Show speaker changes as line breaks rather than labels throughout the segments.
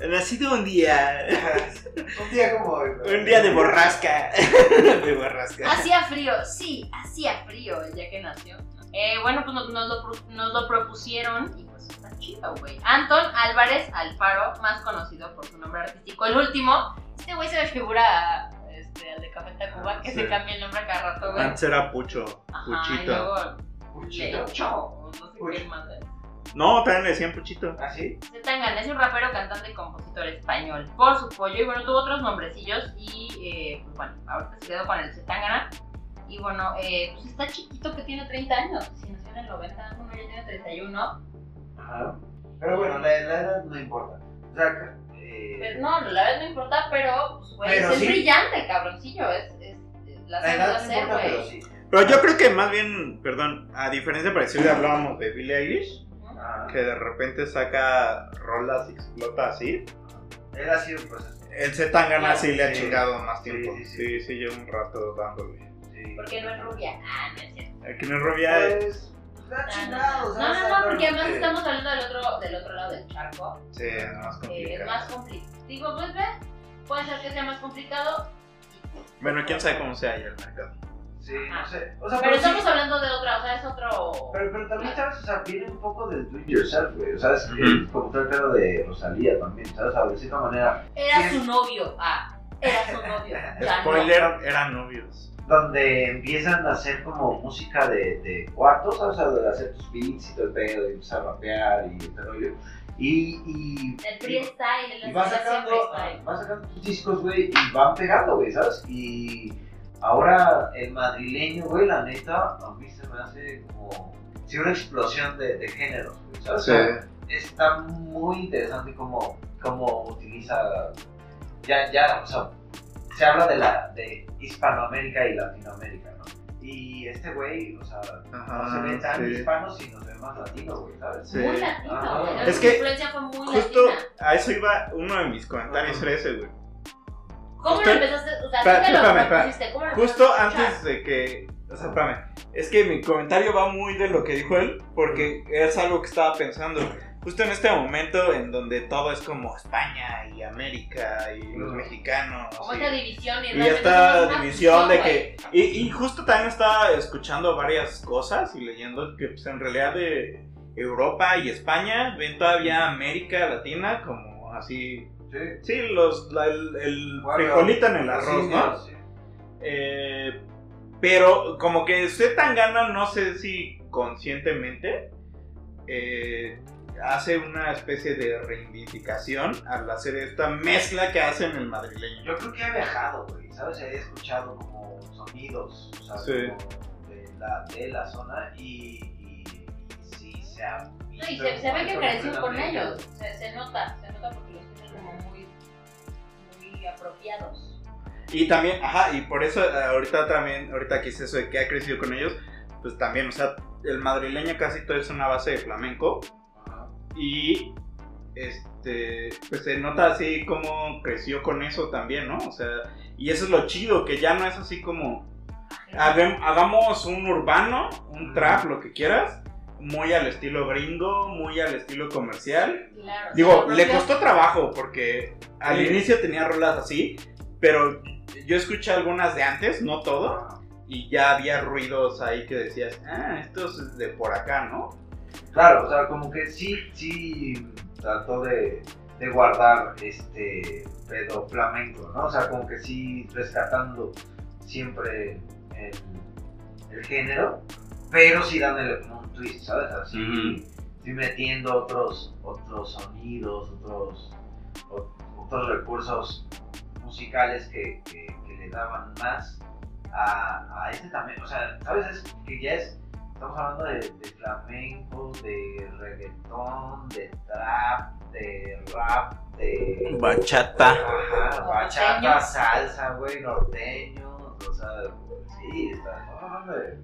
Nacido un día.
Un día como hoy. güey.
Un día de borrasca. De borrasca.
Hacía frío, sí, hacía frío el día que nació. Eh, bueno, pues nos, nos lo, pro- nos lo propusieron y pues está chido, güey. Anton Álvarez Alfaro, más conocido por su nombre artístico. El último, este güey se me figura este, al de Café Tacuba, que
Ah, Sí.
se cambia el nombre a cada rato, güey.
Antes era Pucho.
Ajá, y
Puchito.
luego
Cuchito.
Lecho, no sé qué
Pucho.
más. eh.
No, también le decían Puchito.
¿Ah, sí?
C. Tangana es un rapero, cantante y compositor español por su pollo. Y bueno, tuvo otros nombrecillos. Y eh, pues, bueno, ahorita se quedó con el C. Tangana. Y bueno, eh, pues está chiquito que tiene 30 años. Si nació en el 90, uno ya tiene 31.
Ajá. Pero bueno, la, la edad no importa. O sea, ca- eh,
Pues no, la verdad no importa, pero pues, güey,
Pero
es
sí.
brillante el cabroncillo. Es, es, es la
la
sabe
edad no
hacer,
importa, pero
güey.
sí.
Pero yo creo que más bien, perdón, a diferencia pareció que hablábamos de Billie Eilish,
Ujú.
Ajá.
que de repente saca rolas y explota así.
Él ha sido un proceso.
El Zetangana
Claro.
sí le ha
Sí.
chingado más
Sí,
tiempo. Sí,
sí,
sí,
sí.
lleva un rato dándole.
Sí.
Porque no es rubia. Ah, no es cierto.
Aquí no es rubia. eh.
Pues, la chingada,
Ah, No,
o
no,
sea,
no,
sacaron
porque además
que-
estamos hablando del otro, del otro lado del charco.
Sí, es más
Eh,
complicado.
es más complicado. Digo, pues ve, puede ser que sea más complicado
Bueno, quién sabe cómo sea ya el mercado.
Sí,
Ajá.
no sé. O sea,
Ah. Pero
sí-
estamos hablando de otra, o sea, es otro.
Pero, pero también, ¿sabes? O sea, viene un poco del do it yourself, güey. O sea, es,
Ujú.
es como todo el pedo de Rosalía también, ¿sabes? O sea, de cierta manera,
Era su novio. Ah, era su novio. Ya no.
Spoiler, eran novios.
donde empiezan a hacer como música de, de cuartos, ¿sabes? O sea, de hacer tus beats y todo el pedo, y empezar a rapear y todo el rollo. Y, y,
El
y,
freestyle, el
y va sacando, ah, va sacando tus discos, güey, y van pegando, güey, ¿sabes? Y ahora el madrileño, güey, la neta, a mí se me hace como, sí, una explosión de, de géneros, güey, ¿sabes? O sea, está muy interesante cómo, cómo utiliza. Ya, ya, o sea, se habla de la de Hispanoamérica y Latinoamérica, ¿no? Y este güey, o sea, no se ve tan
Ah, sí.
hispano, sino se ve más latino, güey, ¿sabes?
Sí.
Muy latino.
Ah,
güey,
es
su
que
influencia fue muy
Justo
latina.
a eso iba uno de mis comentarios,
Ajá.
era ese, güey.
¿Cómo
Justo-
lo empezaste? O sea,
Espera,
¿tú me
espérame,
lo
espera.
propusiste? ¿Cómo lo
Justo
empezaste a escuchar?
antes de que. O sea, espérame. Es que mi comentario va muy de lo que dijo él, porque es algo que estaba pensando. Justo en este momento en donde todo es como España y América y los
Ujú.
mexicanos.
Como
y-
esta división.
Y
realmente
esta
somos una
división de
güey.
que... Y, y justo también estaba escuchando varias cosas y leyendo que pues, en realidad de Europa y España ven todavía América Latina como así...
Sí.
Sí, los, la- el, el
Bueno,
frijolito en el arroz, ¿no?
Sí,
Eh, pero como que tan gana no sé si conscientemente, eh, hace una especie de reivindicación al hacer esta mezcla que hacen el madrileño.
Yo creo que he viajado, güey, ¿sabes? He escuchado como sonidos, o sea,
Sí.
como de, la, de la zona y, y, y sí se ha
No, y
visto
se, se ve que
mucho
creció con
completamente.
ellos. Se, se nota, se nota porque los tienen como muy, muy apropiados.
Y también, ajá, y por eso eh, ahorita también, ahorita que hice eso de que ha crecido con ellos, pues también, o sea, el madrileño casi todo es una base de flamenco.
Ajá.
Y este, pues se nota así como creció con eso también, ¿no? O sea, y eso es lo chido, que ya no es así como, "Hagam- hagamos un urbano, un trap, lo que quieras, muy al estilo gringo, muy al estilo comercial.
Claro.
Digo,
se
le
apropió.
costó trabajo porque al inicio tenía rolas así, pero yo escuché algunas de antes, no todo, y ya había ruidos ahí que decías, ah, esto es de por acá, ¿no?
Claro, o sea, como que sí, sí trató de, de guardar este pedo flamenco, ¿no? O sea, como que sí rescatando siempre el, el género, pero sí dándole como un twist, ¿sabes? Así, sí metiendo otros, otros sonidos, otros, o- otros recursos musicales que, que, que le daban más a, a este también. O sea, ¿sabes? Es que ya es Estamos hablando de, de flamenco, de reggaetón, de trap, de rap, de.
Bachata.
Ajá, bachata,
Norteño.
salsa, güey, norteño. O sea, sí, está- estamos hablando de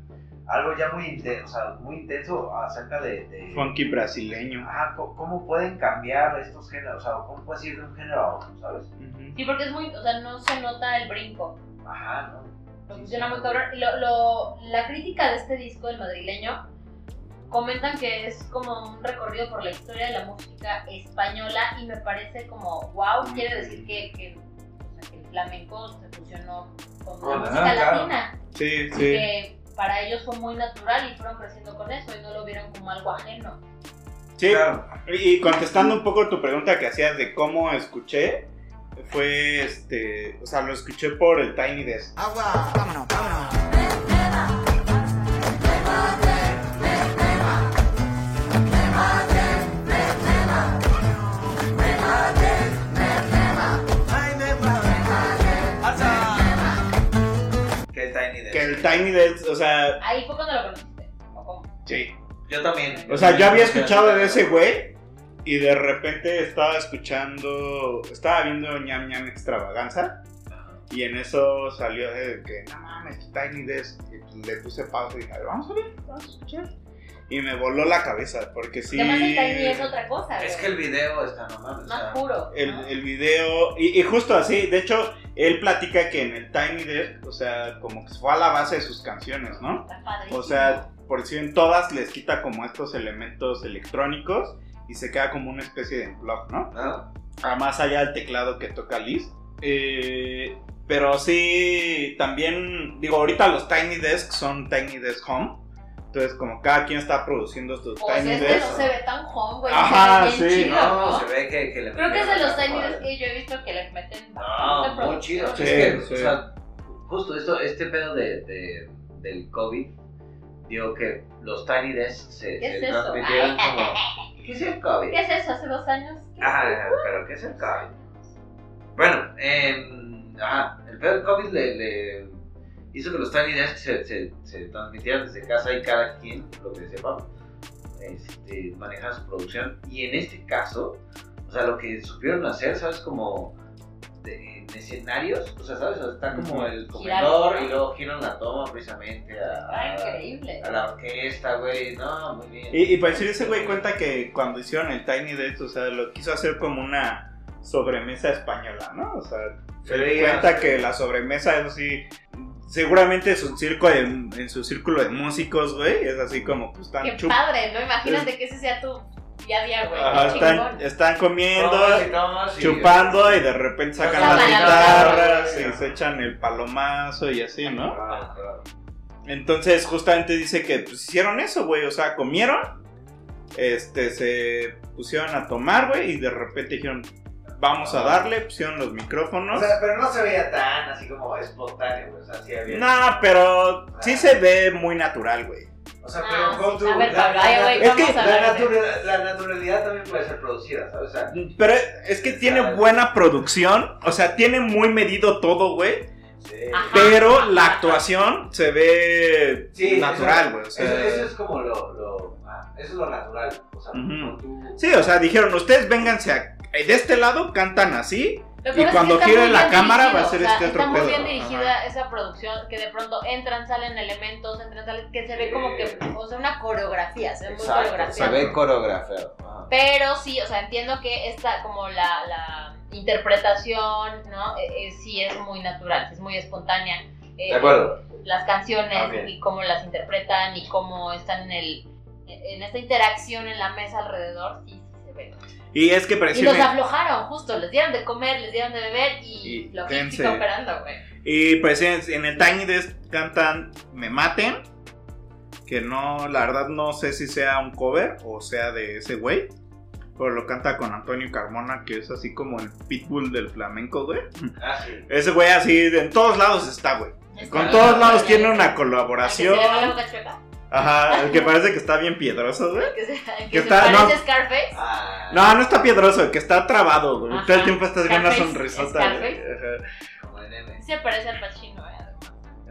algo ya muy intenso, o sea, muy intenso acerca de. de-
Funky brasileño.
Ajá, co- ¿cómo pueden cambiar estos géneros? O sea, ¿cómo puedes ir de un género a otro, sabes?
Sí, porque es muy, o sea, no se nota el brinco.
Ajá, ¿no?
Lo funciona muy cabrón. Y lo- lo- la crítica de este disco, el madrileño, comentan que es como un recorrido por la historia de la música española y me parece como, wow, quiere decir que, que, o sea, que el flamenco se fusionó con la
Con-
música
ah, claro.
latina,
Sí,
que para ellos fue muy natural y fueron creciendo con eso y no lo vieron como algo ajeno.
Sí, y contestando un poco tu pregunta que hacías de cómo escuché, fue este, o sea, lo escuché por el Tiny Desk.
Agua, vámonos, vámonos.
Que el Tiny Desk.
Que el Tiny Desk, o sea,
Ahí fue cuando lo conociste. ¿o cómo?
sí,
Yo también.
O sea, yo había escuchado de ese güey y de repente estaba escuchando, estaba viendo ñam ñam extravaganza y en eso salió de que no mames, Tiny Desk. Y pues le puse pausa y dije, vamos a ver, vamos a escuchar. Y me voló la cabeza porque sí.
Además, el Tiny es otra cosa.
Es
güey.
que el video está nomás. o sea,
más puro.
el,
¿no?
el video. Y, y justo así, de hecho, él platica que en el Tiny Desk, o sea, como que fue a la base de sus canciones, ¿no?
Está padrísimo.
O sea, por si en todas les quita como estos elementos electrónicos y se queda como una especie de blog, ¿no? Ah,
¿no?
a más allá del teclado que toca Liz. Eh, Pero sí, también, digo, ahorita los Tiny Desk son Tiny Desk Home. Entonces, como cada quien está produciendo sus
Pues
Tiny
este
Desk.
no se ve tan home, güey.
Ajá,
se ve bien
sí,
chido,
No,
¿no?
se ve que, que le
Creo que es
metieron
de los
la
años
madre.
que yo he visto que les meten
No,
bastante
muy chido.
producción.
Sí,
es que,
sí.
o sea, justo esto, este pedo de, de- del COVID dio que los Tiny Desks se,
¿Qué
se
es eso?
transmitieron como. ¿Qué es el COVID?
¿Qué es eso? ¿Hace dos años?
Ajá, pero ¿qué es el COVID? Bueno, em, ajá, el pedo del COVID le, le hizo que los Tiny Desks se, se, se transmitieran desde casa y cada quien, lo que sepa, este, maneja su producción. Y en este caso, o sea, lo que supieron hacer, ¿sabes? Como de- en escenarios, o sea, ¿sabes? O sea, está como el comedor y luego giran la toma precisamente a,
Ah,
a-
increíble.
a la orquesta, güey. No, muy bien.
Y, y para decir ese güey cuenta que cuando hicieron el Tiny Desk, o sea, lo quiso hacer como una sobremesa española, ¿no? O sea, se
Sí,
dio cuenta que la sobremesa es así. Seguramente su circo de- en su círculo de músicos, güey, es así como, pues están
Qué
chup-
padre, ¿no? Imagínate que ese sea tu día a día, güey.
Ajá,
Qué
están,
chingón.
están comiendo,
Tomas y tomas y-
chupando y de repente sacan
Sacan
las
la
guitarras
guitarra.
y se echan el palomazo y así, ¿no?
Ah, claro.
Entonces, justamente dice que pues, hicieron eso, güey. O sea, comieron, este, se pusieron a tomar, güey, y de repente dijeron, vamos a darle, pusieron los
O
micrófonos.
sea, pero no se veía tan así como espontáneo, güey. O sea, sí había.
Nah, pero sí se ve muy natural, güey.
O sea, pero
Ah,
pon
sí.
tú,
A ver,
la-
Pablo,
la-
ay, güey,
es
vamos
que
a
la,
hablar de-
natura- la naturalidad también puede ser producida, ¿sabes? O sea,
Pero es que tiene buena producción, o sea, tiene muy medido todo, güey.
sí.
Ajá.
Pero la actuación se ve
Sí,
natural,
eso-
güey. O
eso,
sea,
eso es como lo. lo ah, eso es lo natural. O sea,
Ujú.
pon tú.
sí, o sea, dijeron, ustedes vénganse a- de este lado, cantan así,
Lo que
y
pasa es que
cuando
está
gire
muy
la
bien
cámara va a
dirigido,
ser
o sea,
este otro
Está
pedo,
muy bien
¿no?
dirigida esa producción que de pronto entran, salen elementos, entran, salen, que se ve como que, o sea, una coreografía, se ve muy
Exacto, se
coreografiada.
ve coreografiado. ajá.
Pero sí, o sea, entiendo que esta, como la, la interpretación, ¿no? Eh, eh, sí es muy natural, sí es muy espontánea. Eh,
De acuerdo.
Las canciones
Ah, bien.
y cómo las interpretan y cómo están en el en esta interacción en la mesa alrededor, sí, sí se ve.
Y es que
Y los
precisamente,
aflojaron, justo, les dieron de comer, les dieron de beber y,
Y
lo que
dense.
sigue operando, güey.
y precisamente en el Tiny Desk cantan Me Maten, que no, la verdad no sé si sea un cover o sea de ese güey, pero lo canta con Antonio Carmona, que es así como el pitbull del flamenco, güey.
Ah, sí.
Ese güey así, de- en todos lados está, güey.
Está
Con
bien,
todos
güey,
lados
Ah, ya
tiene
ves.
una
Al que se le
colaboración.
va la boca chueca,
Ajá, el que parece que está bien piedroso, güey.
al que se- al
Que
que se
está- ¿Eh? no.
parece a Scarface.
Ah,
No, no está piedroso, el que está trabado, güey.
Ajá.
Todo el tiempo estás con una
Scarface,
sonrisota, güey.
Scarface.
Ajá.
como en M.
Se parece al ¿eh? Pacino, güey.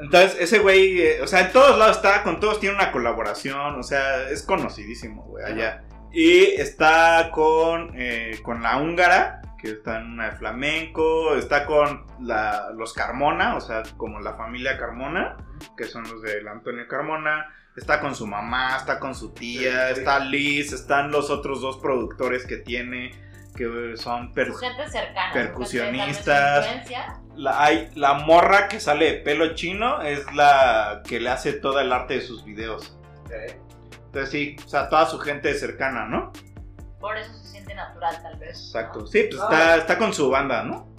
Entonces, ese güey, eh, o sea, en todos lados está, con todos tiene una colaboración, o sea, es conocidísimo, güey, allá. Y está con, eh, con la húngara, que está en una de flamenco, está con la, los Carmona, o sea, como la familia Carmona, que son los del Antonio Carmona. Está con su mamá, está con su tía,
Sí, sí.
está Liz, están los otros dos productores que tiene, que eh, son per-
Su gente cercana.
Percusionistas. la, hay, la morra que sale de pelo chino es la que le hace todo el arte de sus videos.
Ok.
Entonces sí, o sea, toda su gente cercana, ¿no?
Por eso se siente natural, tal vez.
Exacto. Sí, pues está, está con su banda, ¿no?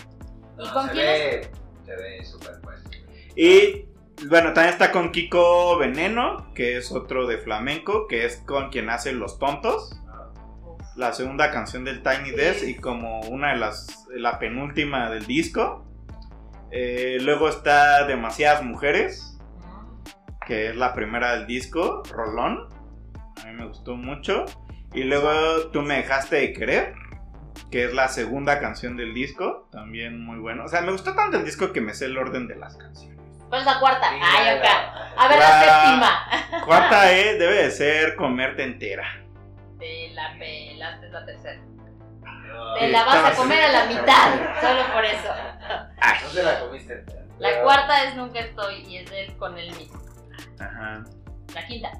¿Y
No,
con
se
quién
ve, se ve pues. superpuesto.
Y bueno, también está con Kiko Veneno, que es otro de flamenco, que es con quien hace Los Tontos. La segunda canción del Tiny Desk y como una de las, la penúltima del disco. Eh, luego está Demasiadas Mujeres,
¿no?
que es la primera del disco, Rolón. A mí me gustó mucho. Y luego Tú me dejaste de querer, que es la segunda canción del disco, también muy bueno. O sea, me gustó tanto el disco que me sé el orden de las canciones.
¿Cuál es Pues la cuarta?
Sí,
Ay, acá.
claro.
A ver, la
La-
séptima.
Cuarta es, debe de ser Comerte entera.
Te la pelaste es la tercera.
No,
Te la vas a
Estaba
comer a la mitad, solo por eso.
No se la comiste. ¿eh? entera.
Ah. La cuarta es Nunca estoy y es él con el mismo.
Ajá.
La quinta.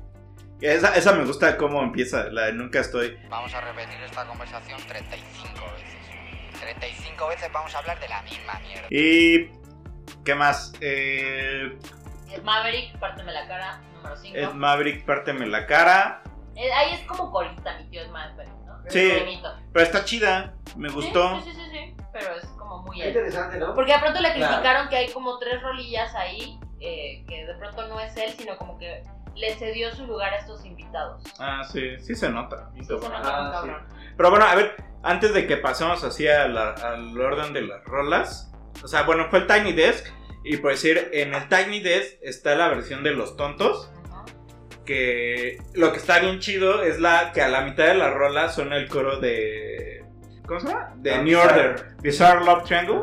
Esa, esa me gusta cómo empieza, la de Nunca estoy.
Vamos a repetir esta conversación 35 veces. 35 veces vamos a hablar de la misma mierda.
Y... ¿Qué más? Eh,
Maverick, párteme la cara, número 5.
Ed Maverick, párteme la cara.
Ahí es como colista, mi tío es Maverick, ¿no?
Sí.
Es bonito.
Pero está chida, me gustó.
Sí, sí, sí, sí, Pero es como muy alto.
Interesante, ¿no?
Porque de pronto le
Claro.
criticaron que hay como tres rolillas ahí, eh, que de pronto no es él, sino como que le cedió su lugar a estos invitados.
Ah, sí, sí se nota.
Sí, se nota
Ah,
un cabrón.
Pero bueno, a ver, antes de que pasemos así a la- al orden de las rolas, o sea, bueno, fue el Tiny Desk. Y por decir, en el Tiny Desk está la versión de los tontos.
Ajá.
Que lo que está bien chido es la que a la mitad de la rola suena el coro de. ¿Cómo se llama? De
Ah,
New
Bizarre.
Order. Bizarre Love Triangle.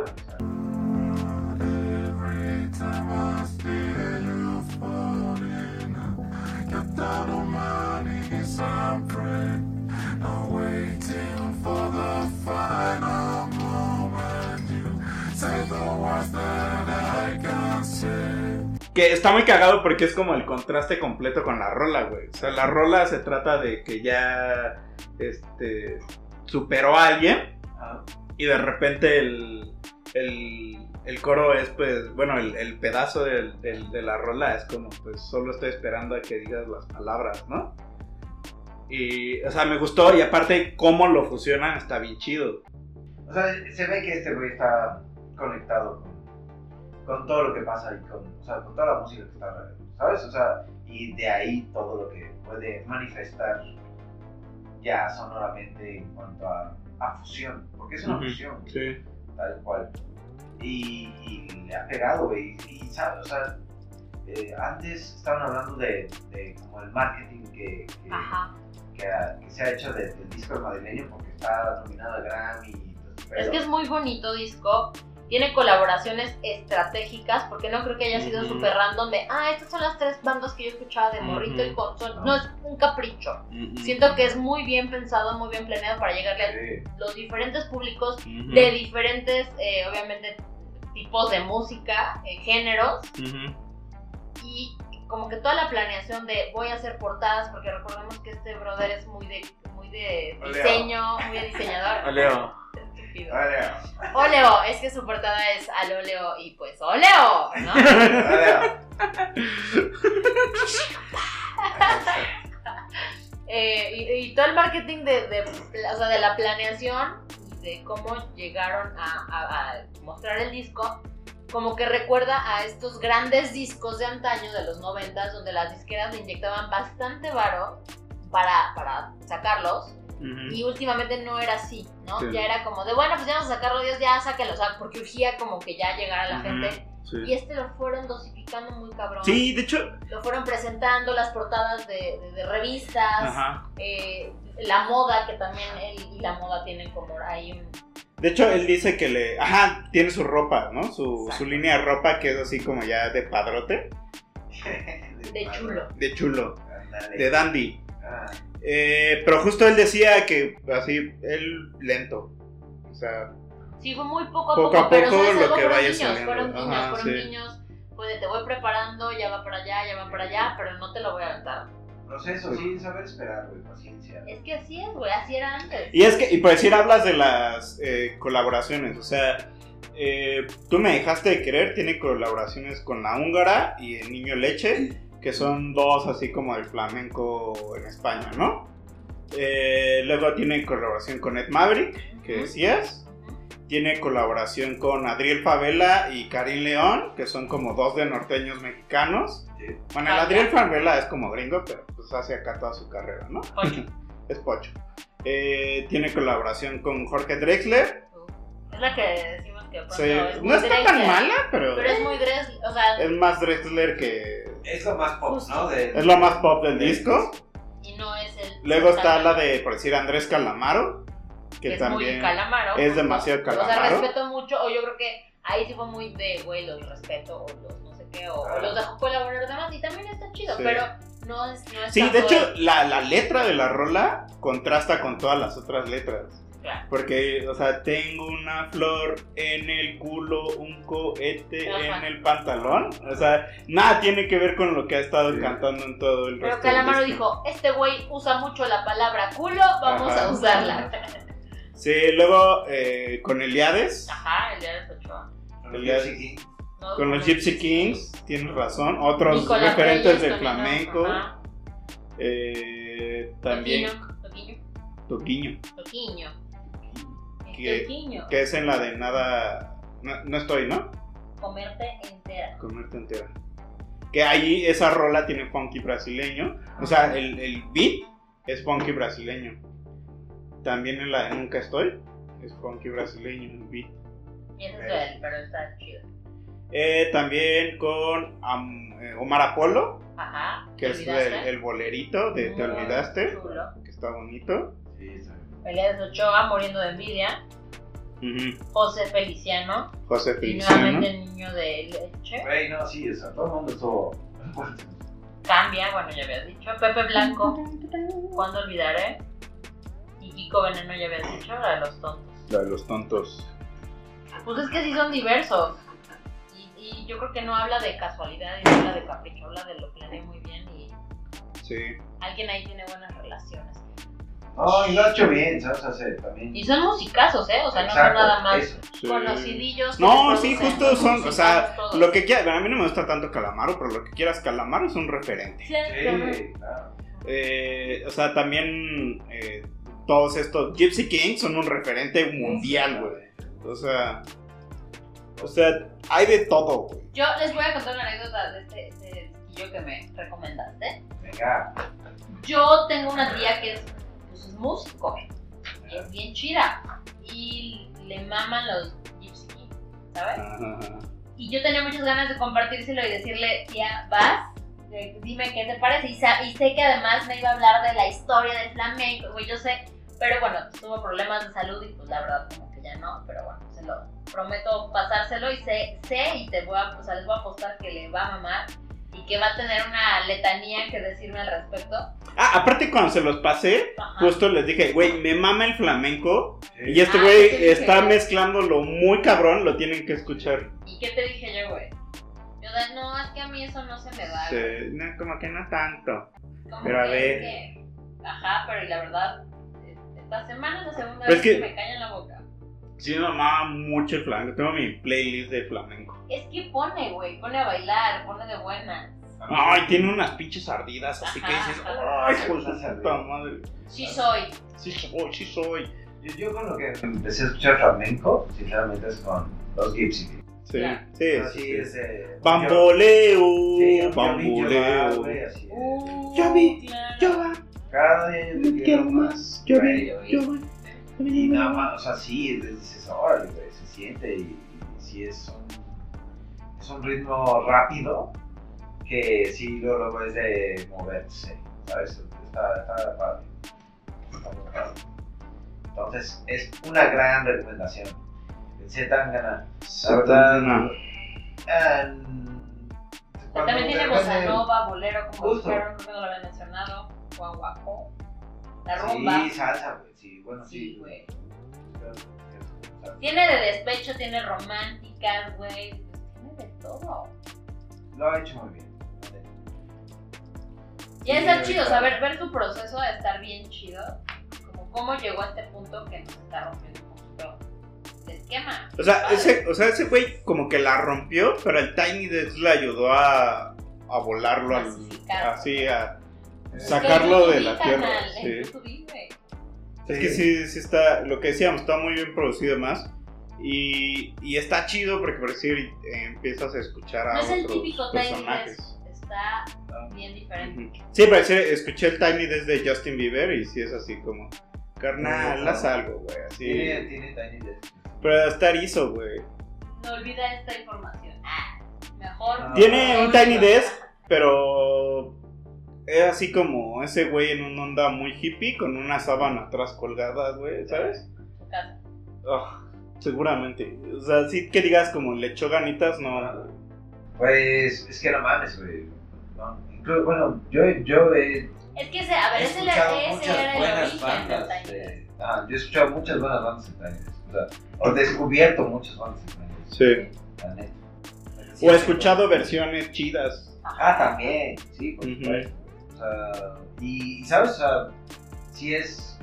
Que está muy cagado porque es como el contraste completo con la rola, güey. O sea, la rola se trata de que ya este superó a alguien
Ah,
y de repente el, el, el coro es pues, bueno, el, el pedazo del- del- de la rola es como pues solo estoy esperando a que digas las palabras, ¿no? Y, o sea, me gustó y aparte cómo lo fusionan está bien chido.
O sea, se ve que este güey está conectado con, con todo lo que pasa y con, o sea, con toda la música que está alrededor, ¿sabes? O sea, y de ahí todo lo que puede manifestar ya sonoramente en cuanto a, a fusión, porque es una
Ujú.
fusión, güey,
Sí.
tal cual. Y, y le ha pegado, güey, y, y sabe, o sea, eh, antes estaban hablando de, de como el marketing que, que,
Ajá.
que ha- que se ha hecho de- del disco madrileño porque está nominado a Grammy y todo ese
Es
pedo.
que es muy bonito disco. Tiene colaboraciones estratégicas, porque no creo que haya sido
Ujú.
super random de, ah, estas son las tres bandas que yo escuchaba de morrito y
Ujú.
con son-".
No.
No, es un capricho. Siento que es muy bien pensado, muy bien planeado para llegarle a
Sí.
los diferentes públicos
Mm.
Ujú.
de diferentes, eh, obviamente, tipos de música, eh, géneros,
Ujú.
y como que toda la planeación de voy a hacer portadas, porque recordemos que este brother es muy de, muy de
Oleo.
diseño, muy de diseñador.
Oleo.
Estúpido.
Órale,
Óleo, es que su portada es al óleo y pues óleo, ¿no?
órale.
Eh, y, y todo el marketing de, de- o sea, de la planeación y de cómo llegaron a, a- a mostrar el disco, como que recuerda a estos grandes discos de antaño de los noventas, donde las disqueras le inyectaban bastante varo para, para sacarlos.
Ujú.
Y últimamente no era así, ¿no?
Sí.
Ya era como de, bueno, pues ya vamos a sacarlo, Dios ya sáquenlo, o sea, porque urgía como que ya llegara la
Ujú.
gente.
Sí.
Y este lo fueron dosificando muy cabrón.
Sí, de hecho.
Lo fueron presentando, las portadas de, de- de revistas,
Ajá.
eh, la moda, que también él y la moda tienen como ahí un...
De hecho, él dice que le. Ajá, tiene su ropa, ¿no? Su,
Exacto.
su línea de ropa que es así como ya de padrote.
De chulo.
De chulo.
Ándale.
De dandy.
Ah,
Eh, pero justo él decía que así, él lento. O sea,
Sí, fue muy poco a
Poco
poco,
a
pero
poco
¿sabes
lo
algo?
que
fueron
vaya
niños,
saliendo.
fueron niños,
Ajá,
fueron
sí.
niños. Fue de, te voy preparando, ya va para allá, ya va para allá, pero no te lo voy a aventar.
proceso, sí, saber esperar, güey, paciencia.
Es que así es, güey, así era antes.
Y es que, y por decir, hablas de las eh, colaboraciones, o sea, eh, tú me dejaste de querer, tiene colaboraciones con la húngara y el niño leche, que son dos así como del flamenco en España, ¿no? Eh, luego tiene colaboración con Ed Maverick, que decías. Tiene colaboración con Adriel Favela y Karim León, que son como dos de norteños mexicanos.
Sí.
Bueno, el
Ah, ya.
Adriel Favela es como gringo, pero pues hace acá toda su carrera, ¿no?
Pocho.
es Pocho. Eh, tiene colaboración con Jorge Drexler.
Es la que decimos que de pronto
Se-
es muy
no está tan
Drexler,
mala, Eh, pero,
Pero es muy Dress, o sea,
es más Drexler que...
Es lo más pop,
Justo.
¿no? De-
Es lo más pop del
del
disco.
y no es el...
Luego está la de, por decir, Andrés Calamaro, que,
que es
también...
muy calamaro.
es
justo.
demasiado
O sea,
calamaro.
respeto mucho, o yo creo que ahí sí fue muy de, güey, los respeto, o los no sé qué, o, o los dejo colaborar demás, y también está chido,
Sí.
pero no es, no es
Sí,
tanto
de hecho,
el-
la, la letra de la rola contrasta con todas las otras letras.
Claro.
Porque, o sea, tengo una flor en el culo, un cohete
Ajá.
en el pantalón. O sea, nada tiene que ver con lo que ha estado
Sí.
cantando en todo el
Pero
resto del
Calamaro
disco.
dijo, este güey usa mucho la palabra culo, vamos
Ajá.
a usarla.
Sí, luego eh, con Eliades,
Ajá, el día de Ochoa.
El
Con el
día-
Gypsy King.
No,
con los Gypsy Kings, tienes razón. Otros
Nicolás
referentes
Reyes
del
también, ¿no?
flamenco.
Ajá.
eh, también
Toquiño, Toquiño,
Toquiño,
Toquiño.
Que-
Toquiño.
que es en la de nada. No, no estoy, ¿no?
Comerte entera.
Comerte entera. Que ahí esa rola tiene funky brasileño. O sea, el, el beat es funky brasileño. También en la de Nunca Estoy es funky brasileño, el beat.
Y ese es él, pero está chido.
Eh, también con am- eh, Omar Apolo,
Ajá.
que es el,
¿Olvidaste? Ah.
el bolerito de Te
Muy
Olvidaste,
Chulo.
que está bonito.
Sí, esa.
Elías Ochoa muriendo de envidia.
Ujú.
José Feliciano.
José
Y
Feliciano.
nuevamente el niño de leche.
Güey, no, sí, esa. Todo el mundo estuvo.
Cambia, bueno, ya habías dicho. Pepe Blanco, ¿cuándo olvidaré? Y Kiko Veneno, ya habías dicho, la de los tontos.
La de los tontos.
Pues es que sí son diversos. Y, y yo creo que no habla de casualidad, y no habla de capricho, habla de lo planeé muy bien y
Sí.
alguien ahí tiene buenas relaciones.
No, y lo ha hecho bien, ¿sabes? Hacer también.
Y son musicazos, ¿eh? O sea, no son
Exacto,
nada más
eso.
sí.
conocidillos. que
No,
les
sí,
producen,
justo son, o sea,
musicazos todos.
Lo que quieras, a mí no me gusta tanto Calamaro, pero lo que quieras, Calamaro es un referente.
Sí, claro.
Eh, o sea, también eh, todos estos Gypsy Kings son un referente mundial, güey. O sea, o sea, hay de todo, güey.
Yo les voy a contar una anécdota de este, este disquillo que me recomendaste.
Venga.
Yo tengo una tía que es, pues, es músico, y es bien chida. Y le maman los Gypsy Kings, ¿sabes?
Ajá.
Y yo tenía muchas ganas de compartírselo y decirle, tía, vas, Eh, dime qué te parece. Y, sa- y sé que además me iba a hablar de la historia del flamenco, güey, yo sé. Pero bueno, tuvo problemas de salud y pues la verdad como que ya no, pero bueno, se lo prometo pasárselo y sé, sé y te voy a, o sea, les voy a apostar que le va a mamar y que va a tener una letanía que decirme al respecto.
Ah, aparte cuando se los pasé,
Ajá.
justo les dije, güey, me mama el flamenco. Y este
Ah,
güey
sí, sí,
está
sí.
mezclándolo muy cabrón, lo tienen que escuchar.
¿Y qué te dije yo, güey? Yo de, no, es que a mí eso no se me da. güey.
Sí, no, como que no tanto.
Como
pero a
que
ver.
es que- Ajá, pero y la verdad, eh, es- esta semana es la segunda
Pero Pues
vez
es
que...
que-
me cae en la boca.
Sí, me mamaba mucho el flamenco. Tengo mi playlist de flamenco.
Es que pone, güey, pone a bailar, pone de buena.
Ay, tiene unas pinches ardidas, así que
Ajá.
dices, ay, hijo de su puta madre.
Sí soy.
Sí soy, sí soy.
Yo, yo con lo que empecé a escuchar flamenco, sinceramente es con los Gypsy. Kings.
Sí,
Claro.
sí, sí,
Así
sí.
es. eh,
Bamboleo,
yo- sí, yo- yo vi llorar,
bamboleo.
güey, así es.
Uh,
Ya vi,
claro.
Cada día yo te quiero más. güey, yo vi.
vi.
Y nada más, o sea, sí, dices, órale, güey, se siente y, y sí es un, es un ritmo rápido que sí lo, lo ves de moverse, ¿sabes? Está, está padre. Está muy padre. Entonces, es una gran recomendación. Se tan ganar. La verdad, ah,
Pero También tiene
cuando
bossa
de repente-
nova, bolero, como
Justo.
dijeron, no lo había mencionado. Guaguaco. La rumba.
Sí, salsa, güey, sí, bueno, sí.
Sí, güey.
pero- pero-
Tiene de despecho, tiene románticas, güey. Pues Tiene de todo.
Lo ha hecho muy bien.
Y es
Sí,
estar chido, o sea,
ahorita.
ver, ver su proceso de estar bien chido, como cómo llegó a este punto que nos está rompiendo un poquito el esquema.
O sea,
Padre.
ese, o sea, ese güey como que la rompió, pero el Tiny Desk le ayudó a, a volarlo al-
Masificar.
así, a
Eh,
sacarlo de
Es B2B,
la tierra.
carnal, es
sí.
B2B, güey.
Es que sí, sí está, lo que decíamos, está muy bien producido más. Y, y está chido porque por decir, eh, empiezas a escuchar a
No es el
otros
típico Tiny
personajes.
Desk, está
Ah.
bien diferente.
Ujú. Sí, por decir, escuché el Tiny Desk de Justin Bieber y sí es así como, carnal,
Ajá.
haz algo, güey,
Tiene,
así.
tiene Tiny Desk.
Pero está erizo, güey.
No olvida esta información. Ah, mejor.
Ah.
Tiene un
no
Tiny
olvida.
Desk, pero es así como ese güey en una onda muy hippie con una sábana atrás colgada, güey, ¿sabes?
Su casa.
Ah, seguramente. O sea, sí que digas como le echó ganitas, no.
Pues es que no mames, güey. No, inclu- bueno, yo, yo he,
Es que ese, a ver,
he
ese,
escuchado
era- ese
muchas
era el
buenas
origen del
bandas.
Tiny Desk.
de- ah, yo he escuchado muchas buenas bandas de Tiny Desk. O sea, o descubierto muchas bandas de Tiny Desk,
Sí.
la neta.
O he escuchado versiones chidas.
Ah, también, sí, por
Ujú.
supuesto. O sea, y sabes, o sea, sí es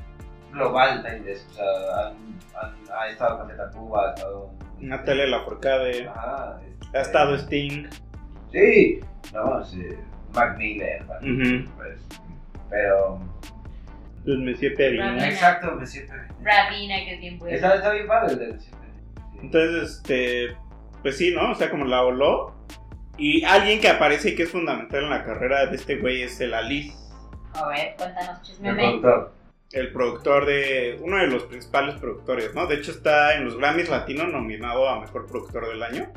global Tiny Desk. O sea, han, han- ha estado Café Tacuba, ha estado.
Natalia Lafourcade,
Ajá, este,
ha estado este. Sting.
Sí, no, sí, Mac Miller, ¿vale?
Ujú.
pues, pero...
Los Monsieur Perrin.
Ajá.
Exacto, me siento...
Ravina, que es bien bueno.
Está, está bien padre el de me siento- sí.
Entonces, este, pues sí, ¿no? O sea, como la voló. Y alguien que aparece y que es fundamental en la carrera de este güey es el Alice,
A ver, cuéntanos chisme.
Me
men.
contó.
el productor de. uno de los principales productores, ¿no? De hecho, está en los Grammys Latino nominado a mejor productor del año.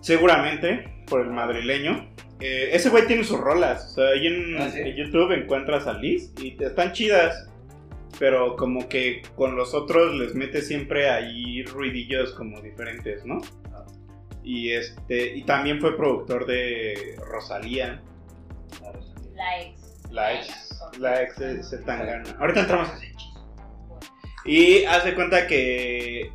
Seguramente, por el madrileño. Eh, ese güey tiene sus rolas. O sea, ahí en,
Ah, ¿sí?
en YouTube encuentras a Liz y te- están chidas. Pero como que con los otros les mete siempre ahí ruidillos como diferentes, ¿no?
Ah.
Y este. Y también fue productor de Rosalía.
La ex.
La ex. La ex de Zetangana. Ahorita entramos a ese chiste. Y haz de cuenta que.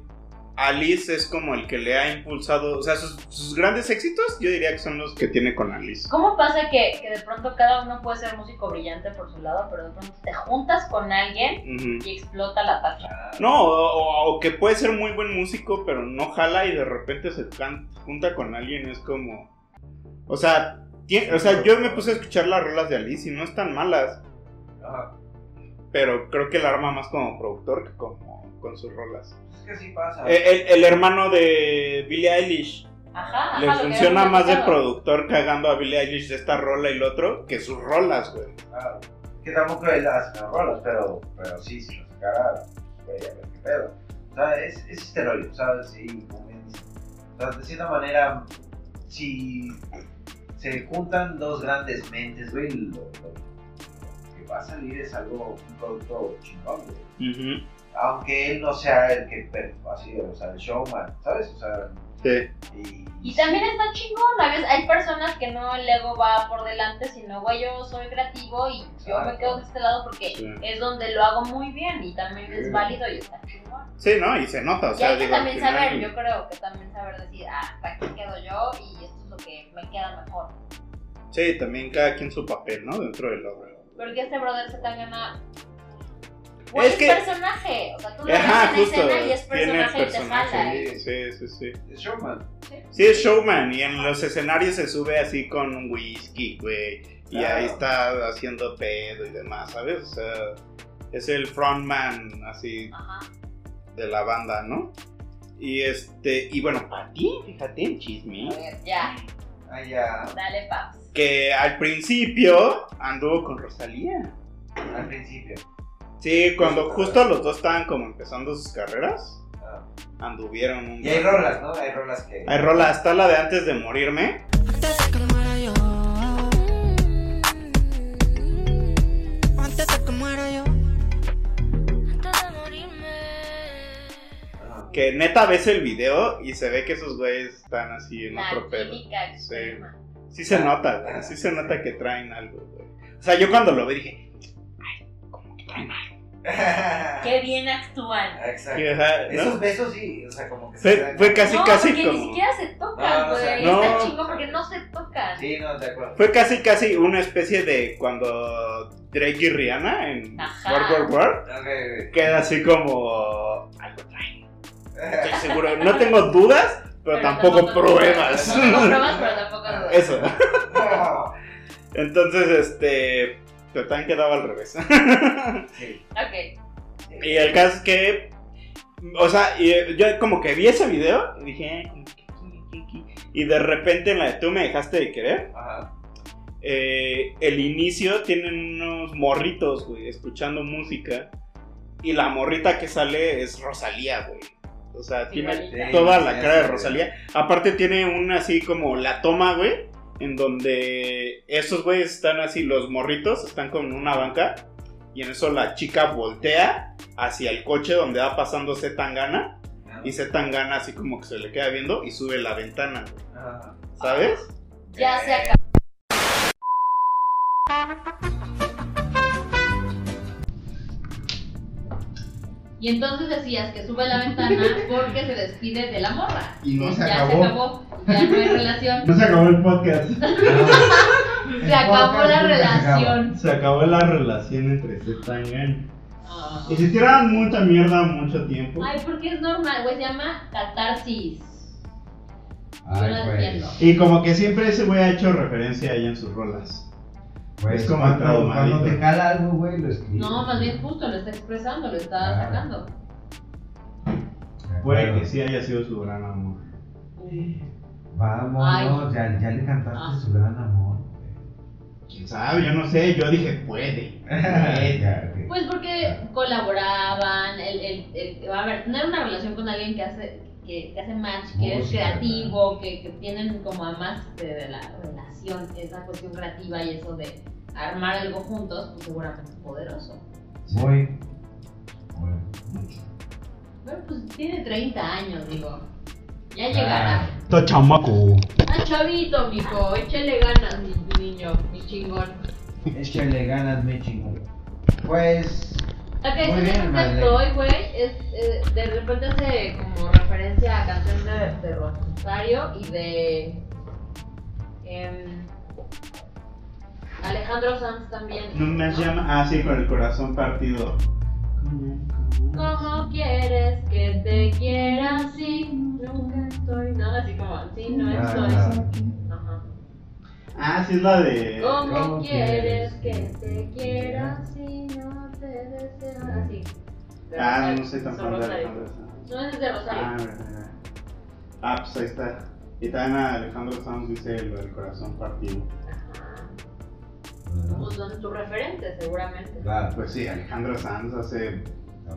Alice es como el que le ha impulsado. O sea, sus, sus grandes éxitos, yo diría que son los que tiene con Alice.
¿Cómo pasa que, que de pronto cada uno puede ser músico brillante por su lado, pero de pronto te juntas con alguien
Ujú.
y explota la tacha?
No, o, o que puede ser muy buen músico, pero no jala y de repente se plan- junta con alguien. Es como. O sea, tie- o sea, yo me puse a escuchar las rolas de Alice y no están malas,
Ajá.
pero creo que la arma más como productor que como con sus rolas.
pues Es que sí pasa.
El, el- el hermano de Billie Eilish
Ajá, ajá.
le
lo que
funciona
habíamos
más de
platicado.
productor cagando a Billie Eilish de esta rola y lo otro que sus rolas, güey.
Ah, que tampoco él hace las rolas, pero, pero sí, si lo sacara, güey, a ver qué pedo. O sea, es, es este rollo, ¿sabes? Sí, como bien dice. O sea, de cierta manera, si se juntan dos grandes mentes, güey, lo, lo que va a salir es algo, un producto chingón, güey. Aunque él no sea el que per- así, o sea, el showman, ¿sabes? O sea,
Sí.
y,
Y también está chingón, a veces hay personas que no el ego va por delante, sino güey, yo soy creativo y yo me quedo de este lado porque
Sí.
es donde lo hago muy bien y también es
Sí.
válido y está chingón.
Sí, ¿no? Y se nota, o
y
sea,
hay que
digo, al
también
final-
saber, yo creo que también saber decir, ah, hasta aquí quedo yo y esto es lo que me queda mejor.
Sí, también cada quien su papel, ¿no? Dentro del obra.
Porque este brother se tan gana.
Es
Es
que-
personaje, o sea, tú lo ves
Ajá,
en
justo.
escena y es personaje y te jala. ¿eh?
personaje, Sí, sí, sí.
el showman.
Sí, es showman y en los escenarios se sube así con un whisky, güey. Y
Claro.
ahí está haciendo pedo y demás, ¿sabes? O sea, es el frontman así
Ajá.
de la banda, ¿no? Y este, y bueno, para ti, fíjate el chisme.
A ver, ya,
Ah, ya.
dale paps.
Que al principio anduvo con Rosalía.
Al principio.
Sí, cuando justo los dos estaban como empezando sus carreras,
Ah.
anduvieron un
Y hay rolas, ¿no? Hay rolas que.
Hay rola, está la de antes de morirme.
Antes de que muera yo. Antes de que muera yo. Antes de morirme.
Ajá.
Que neta ves el video y se ve que esos güeyes están así en
La
otro pedo.
química
Sí.
extrema.
Sí se nota, güey. Sí se nota que traen algo, güey. O sea, yo cuando lo vi dije,
Qué bien actúan.
Exacto.
que, ajá, ¿no?
Esos besos sí, o sea, como que se
Fue,
quedan-
fue casi,
no,
casi
porque
como.
ni siquiera se
No,
tocan,
no, o sea,
güey.
no.
Está chingo porque no se tocan.
Sí, no, de acuerdo.
Fue casi, casi una especie de cuando Drake y Rihanna en
Ajá.
World War War
Ok, ok.
queda así como. Algo traen. Estoy seguro. No tengo dudas, pero, tampoco, pruebas.
No tengo pruebas, pero tampoco dudas.
Eso.
No,
Entonces, este. Total quedaba al revés.
sí.
Ok.
y el caso es que. O sea, y yo como que vi ese video y dije. "Ay, como que aquí, aquí, aquí". Y de repente en la de tú me dejaste de querer.
Ajá.
eh, el inicio tienen unos morritos, güey, escuchando música. Y la morrita que sale es Rosalía, güey. O sea, tiene
Sí,
toda la
sí,
cara de
sí.
Rosalía. Aparte tiene una así como la toma, güey, en donde esos güeyes están así, los morritos están con una banca y en eso la chica voltea hacia el coche donde va pasando Zetangana y Zetangana así como que se le queda viendo y sube la ventana, güey,
Ajá.
¿sabes?
Ya se
Eh,
acabó. Y entonces decías que sube la ventana porque se despide de la morra.
Y no se
ya
acabó.
se acabó. Ya no hay relación.
No se acabó el podcast.
Se acabó la relación.
Se acabó la relación entre Zetangana. Y se tiraron mucha mierda mucho tiempo.
Ay, porque es normal, güey. Se llama catarsis.
Ay,
no
güey.
entiendo.
Y como que siempre ese güey ha hecho referencia a ella en sus rolas.
Güey,
Es como
cuando,
traumadito.
cuando te jala algo, güey, lo escribes.
No, más bien justo, lo está expresando, lo está
Claro.
atacando.
Claro.
Puede que sí haya sido su gran amor.
Ay.
Vámonos, ya, ya le cantaste
Ah.
su gran amor.
¿Quién sabe? Yo no sé, yo dije puede.
Ya, ok.
Pues
Ah.
porque colaboraban, el, el, el- a ver, tener una relación con alguien que hace, que, que hace match, que es
Música,
creativo, que, que tienen como además de, de la relación, esa cuestión creativa y eso de armar algo juntos, pues seguramente es poderoso.
Muy, muy, mucho.
Bueno, pues tiene 30 años, digo. Ya
Ah.
llegará.
Está chamaco.
Ah, chavito, mijo, échale ganas, mi niño, mi chingón.
Échale ganas, mi chingón. Pues,
La que
Muy
se
bien,
me
Madeleine.
hoy, güey, es, eh, de repente hace como referencia a canción de, de Rosario y de em, Alejandro Sanz también.
No me llama. Ah, sí, con el corazón partido.
¿Cómo quieres que te quiera si nunca estoy? No, así como, si no
Ah.
estoy. Ajá.
Ah, sí, es la de.
¿Cómo
¿Cómo
quieres
quieres
que te
que
quiera
quiera
si no te deseo? Así. De
Ah, no
Rosario,
sé tan
son
fan de
Rosario.
Alejandro Sanz.
No, ese es de Rosario.
Ah, verdad, verdad. Ah, pues ahí está. Y también a Alejandro Sanz dice lo del corazón partido.
Pues son tus referentes, seguramente.
claro,
Pues sí, Alejandro Sanz hace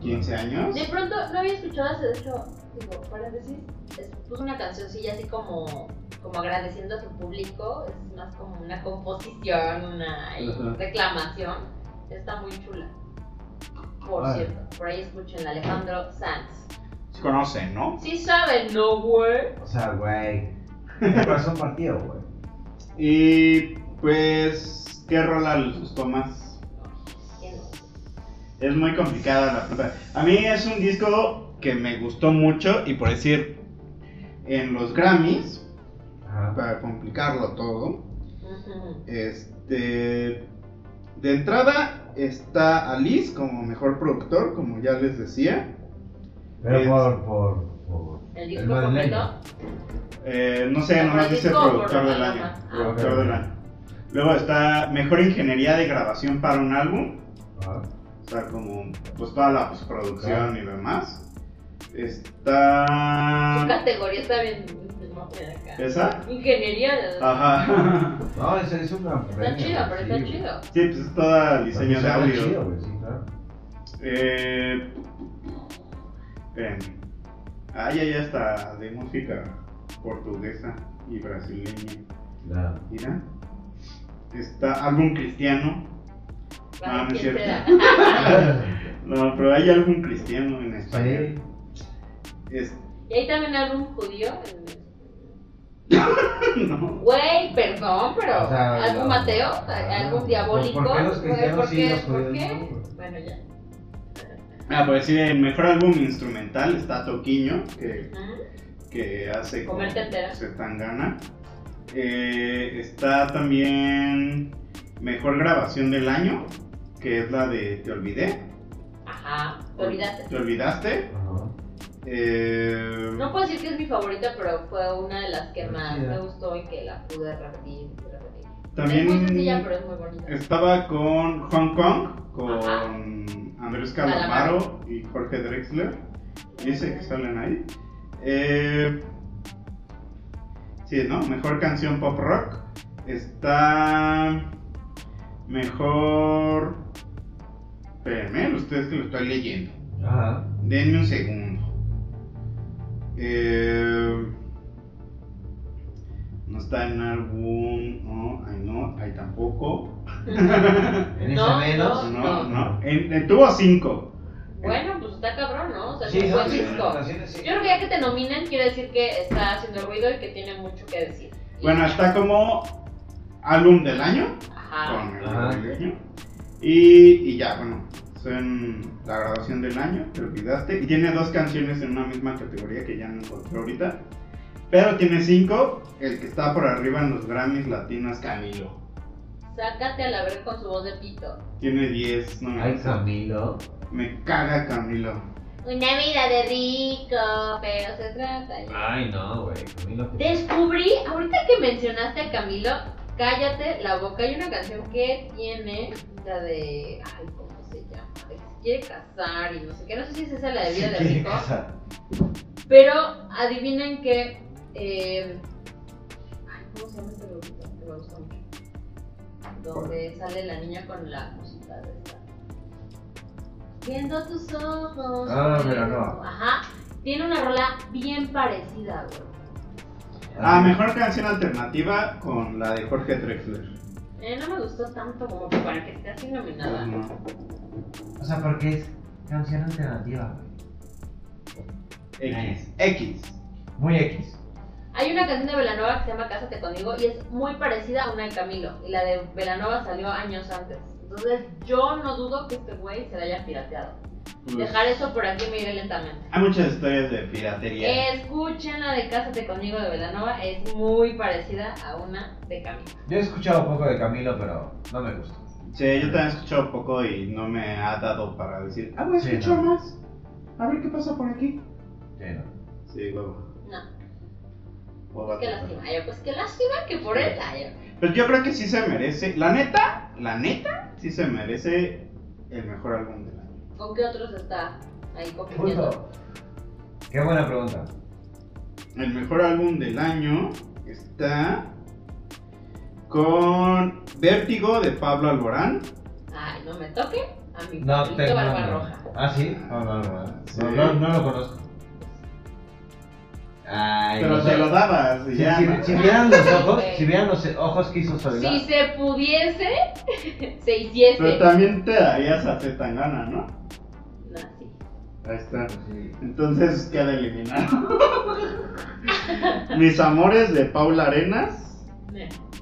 15 años.
De pronto, no había escuchado hace, de hecho, digo, paréntesis, es- puso una cancioncilla así como, como agradeciendo a su público, es más como una composición, una ahí,
Ajá.
reclamación, está muy chula. Por
Ay.
cierto, por ahí escuchen a Alejandro Sanz.
Se conocen, ¿no?
Sí saben, ¿no, güey?
O sea, güey. El corazón partido, güey.
Y pues, ¿qué rola les gustó más?
¿Quién?
Es muy complicada la pregunta. A mí es un disco que me gustó mucho y por decir, en los Grammys,
Ajá.
para complicarlo todo,
Ujú.
este... De entrada está Alice como mejor productor, como ya les decía.
Pero
Es-
por, por, por.
El
El
disco
madrileño.
completo.
Eh, no sé, nomás dice
Francisco
productor del
Borja.
año.
Ah.
Productor del año. Luego está mejor ingeniería de grabación para un álbum.
Ajá.
O sea, como pues toda la postproducción y demás. Está.
Su Ah, categoría está bien. no, mira acá.
¿Esa?
Ingeniería.
Ah,
de-
Ajá.
No, ese es un gran
Está
premio,
chido, pero está
sí, güey.
chido.
Sí, pues es toda el diseño de
Está chido,
audio.
güey, sí, claro.
Eh. Espérenme. Ah, ya, ya está. De música portuguesa y brasileña.
Claro.
Mira. Está álbum cristiano.
Para
Ah, no es
quien
cierto.
sea.
No, pero hay álbum cristiano en España.
Sí.
Es-
Y ahí también algún judío. en-
no.
Güey, perdón, pero
O sea,
algún
no.
Mateo,
Ah,
algún diabólico.
¿por qué los
Güey,
cristianos
¿por
sí
qué?
y los
¿Por
judíos
qué?
no, güey?
Bueno, ya.
Ah, pues sí, el mejor álbum instrumental está Toquiño, que,
Ujú.
que hace con
Comerte entera.
se tan gana. Eh, está también mejor grabación del año, que es la de Te Olvidé.
Ajá, te olvidaste.
Te olvidaste.
Ajá.
Eh,
No puedo decir que es mi favorita, pero fue una de las que
Está
más
chida.
me gustó y que la pude repetir. y repetir.
también
Es muy sencilla, pero es muy bonita.
estaba con Hong Kong, con
Ajá.
Andrés Calamaro y Jorge Drexler. Dice que salen ahí. Eh, sí, ¿no? Mejor canción pop rock. Está. Mejor. Espérenme, ustedes que lo estoy leyendo.
Ajá.
Denme un segundo. Eh, no está en álbum. No, ahí no, ahí tampoco.
En
No,
ese menos.
No, no. En, en- tuvo cinco.
Bueno, pues está cabrón, ¿no? O sea,
Sí,
es un
son
buen disco.
canciones, sí.
Yo creo que ya que te nominan quiere decir que está haciendo ruido y que tiene mucho que decir. Y-
Bueno, está como álbum del año.
Ajá.
con el
Ajá.
navideño. Y, y ya, bueno, son la graduación del año, te olvidaste. Y tiene dos canciones en una misma categoría que ya no encontré ahorita. Pero tiene cinco. El que está por arriba en los Grammys Latinos, Camilo.
Sácate a la ver con su voz de pito.
Tiene diez. No me,
Ay,
gusta.
Camilo.
me caga Camilo.
Una vida de rico, pero se trata ya.
Ay, no, güey. Camilo. que-
Descubrí, ahorita que mencionaste a Camilo, cállate la boca. Hay una canción que tiene la de. Ay, ¿cómo se llama? De que se quiere casar y no sé qué. No sé si es esa la de vida
Se
de
quiere
rico.
casar.
Pero adivinen que. eh, ay, ¿Cómo se llama este globito? Que me gusta mucho. Donde sale la niña con la música de esta. Viendo tus ojos.
Ah, pero no.
Ajá. Tiene una rola bien parecida, güey.
Ah, mejor canción alternativa con la de Jorge Drexler.
Eh, no me gustó tanto como que para que esté así nominada.
No.
O sea, porque es canción alternativa, güey.
X. X.
Muy X.
Hay una canción de Velanova que se llama Cásate conmigo y es muy parecida a una de Camilo. Y la de Velanova salió años antes. Entonces yo no dudo que este güey se la haya pirateado.
Pues,
Dejar eso por aquí me iré lentamente.
Hay muchas historias de piratería.
Escuchen la de Cásate conmigo de Velanova, es muy parecida a una de Camilo.
Yo he escuchado poco de Camilo, pero no me gusta.
Sí, yo también he escuchado poco y no me ha dado para decir, ah, voy a
Sí,
escuchar
no.
más. A ver qué pasa por aquí.
Sí, no.
Sí, huevo.
No,
huevo
qué
atrás.
lástima. Yo, pues qué lástima que por él. ay, yo.
Pero yo creo que sí se merece, la neta, la neta, sí se merece el mejor álbum del año.
¿Con qué otros está
Pues,
ahí compitiendo?
Justo. Qué buena pregunta.
El mejor álbum del año está con Vértigo de Pablo Alborán.
Ay, no me toque a mi
No
Pablito
tengo.
Barba
nombre.
Roja.
Ah, sí. No, no, no. No,
Sí.
no, no lo conozco. Ay,
Pero
no
te
sé.
lo dabas, y
Si,
ya.
si-
¿no?
si vieran los ojos,
Sí.
si vieran los ojos que hizo Soledad.
Si se pudiese, se hiciese.
Pero también te darías a Zetangana, ¿no?
No, sí.
Ahí está.
Sí.
Entonces queda eliminado. Mis amores de Paula Arenas.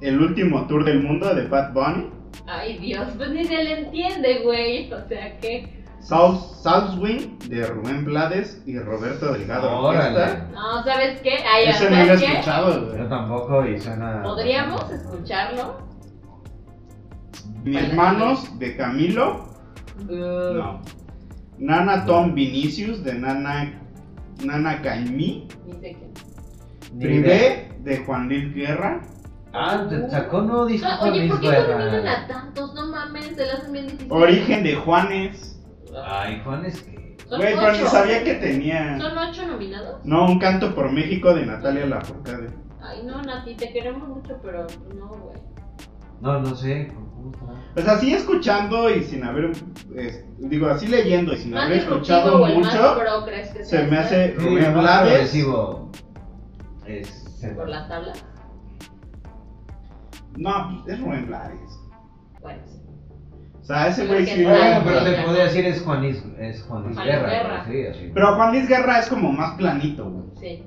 El último tour del mundo de Bad Bunny.
Ay, Dios, pues ni se le entiende, güey. O sea que.
South, South Wing de Rubén Blades y Roberto Delgado. Orquesta.
Órale.
No, ¿sabes qué? Ay,
Ese no lo he
¿sabes qué?
escuchado, güey.
Yo tampoco y suena.
Podríamos escucharlo.
Mis manos de Camilo. No. Nana Tom Vinicius de Nana Nana Caimí.
Ni sé qué.
Ni idea.
Privé de Juan Luis Guerra.
Ah, te sacó nuevo disco.
No, Ah, oye, ¿por qué
Luis
no
Guerra.
nominan a tantos? No mames, se las hacen bien difíciles.
Origen de Juanes.
Ay, Juan, es que.
Son
Güey, pero ni
ocho.
sabía que tenía.
¿Son ocho nominados?
No, un canto por México de Natalia Lafourcade.
Ay, no, Nati, te queremos mucho, pero no, güey.
No, no sé. ¿cómo está?
Pues así escuchando y sin haber, es- digo, así leyendo y sin
Más
haber
disruptivo
escuchado
o el más
mucho,
pro, ¿crees que
se
sea? este?
me hace
Sí,
Rubén
más
Blades,
progresivo. Es.
Por las tablas.
no, pues, es Rubén Blades.
Bueno, sí.
O sea, ese
Lo
güey
que
sí.
sea.
Bueno,
Bueno,
pero,
pero te podría decir es Juan, Is- es Juan Luis
Juan Luis
Guerra.
Guerra.
Sí, así.
pero Juan Luis Guerra es como más planito, güey.
Sí.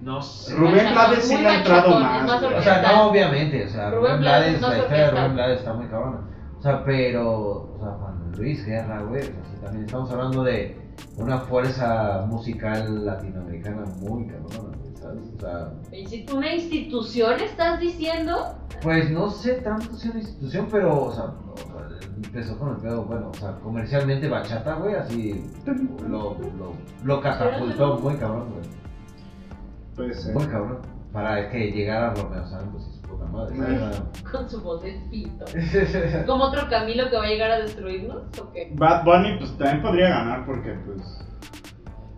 no sé.
Rubén
Machacón,
Blades sí
muy
le ha entrado
machacón, es
más.
más
güey.
O sea, no, obviamente, o sea,
Rubén
Rubén Blades,
Blades no
la
se
historia de
presta.
Rubén Blades está muy cabrona. O sea, pero, o sea, Juan Luis Guerra, güey, o sea, sí, también estamos hablando de una fuerza musical latinoamericana muy cabrona, güey, ¿sabes? O sea,
Insti- Pues, ¿Una institución estás diciendo?
pues no sé tanto si una institución, pero, o sea, o sea, empezó con el pedo, bueno, o sea, comercialmente bachata, güey, así lo, lo, lo catapultó muy cabrón, güey,
Puede ser.
muy cabrón, para que llegara Romeo Santos y su puta madre, ¿sabes?
Con su voz de pito. ¿Como otro Camilo que va a llegar a destruirnos? ¿O qué?
Bad Bunny, pues también podría ganar porque, pues.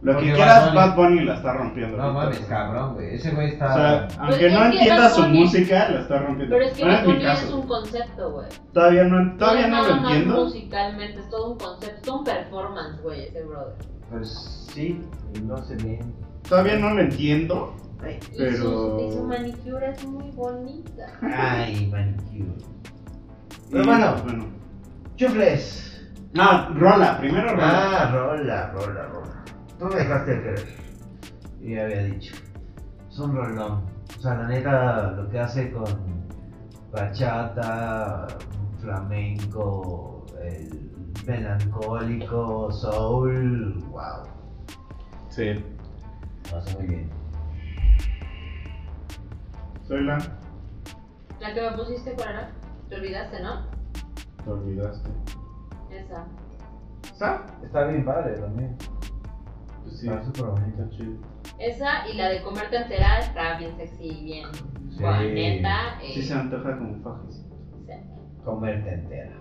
Lo
Porque
que
Bad
quieras,
Bunny-
Bad Bunny la está rompiendo.
No
ahorita,
mames,
güey.
cabrón, güey. Ese güey
O
está.
sea, aunque
es
no
que
entienda
Bad
su
Bunny-
música, la está rompiendo.
Pero es que
Bueno,
Bad
en mi
Bunny es
caso.
un concepto, güey.
Todavía no, todavía
es
no lo
nada más
entiendo.
musicalmente, es todo un concepto, es todo un performance, güey, ese brother.
Pues sí, no sé bien.
Todavía no lo entiendo.
Y,
Pero-
su, y su manicura es muy bonita.
Ay, manicure.
Y,
Pero bueno.
bueno.
Chufles.
No, rola, primero rola.
Ah, rola, rola, rola. Tú me dejaste de creer. Y ya había dicho. Es un rolón. O sea, la neta, lo que hace con bachata, flamenco, el melancólico, soul. Wow.
Sí.
Lo hace muy bien.
Soy la.
La que me pusiste, ¿cuál era? Te olvidaste, ¿no?
Te olvidaste.
Esa.
¿Está?
Está bien padre también.
Pues sí.
Está súper bonito.
chido.
Esa y la de comerte entera está bien sexy y bien.
Sí.
guau, neta. eh,
Sí se antoja como fajes.
Comerte entera.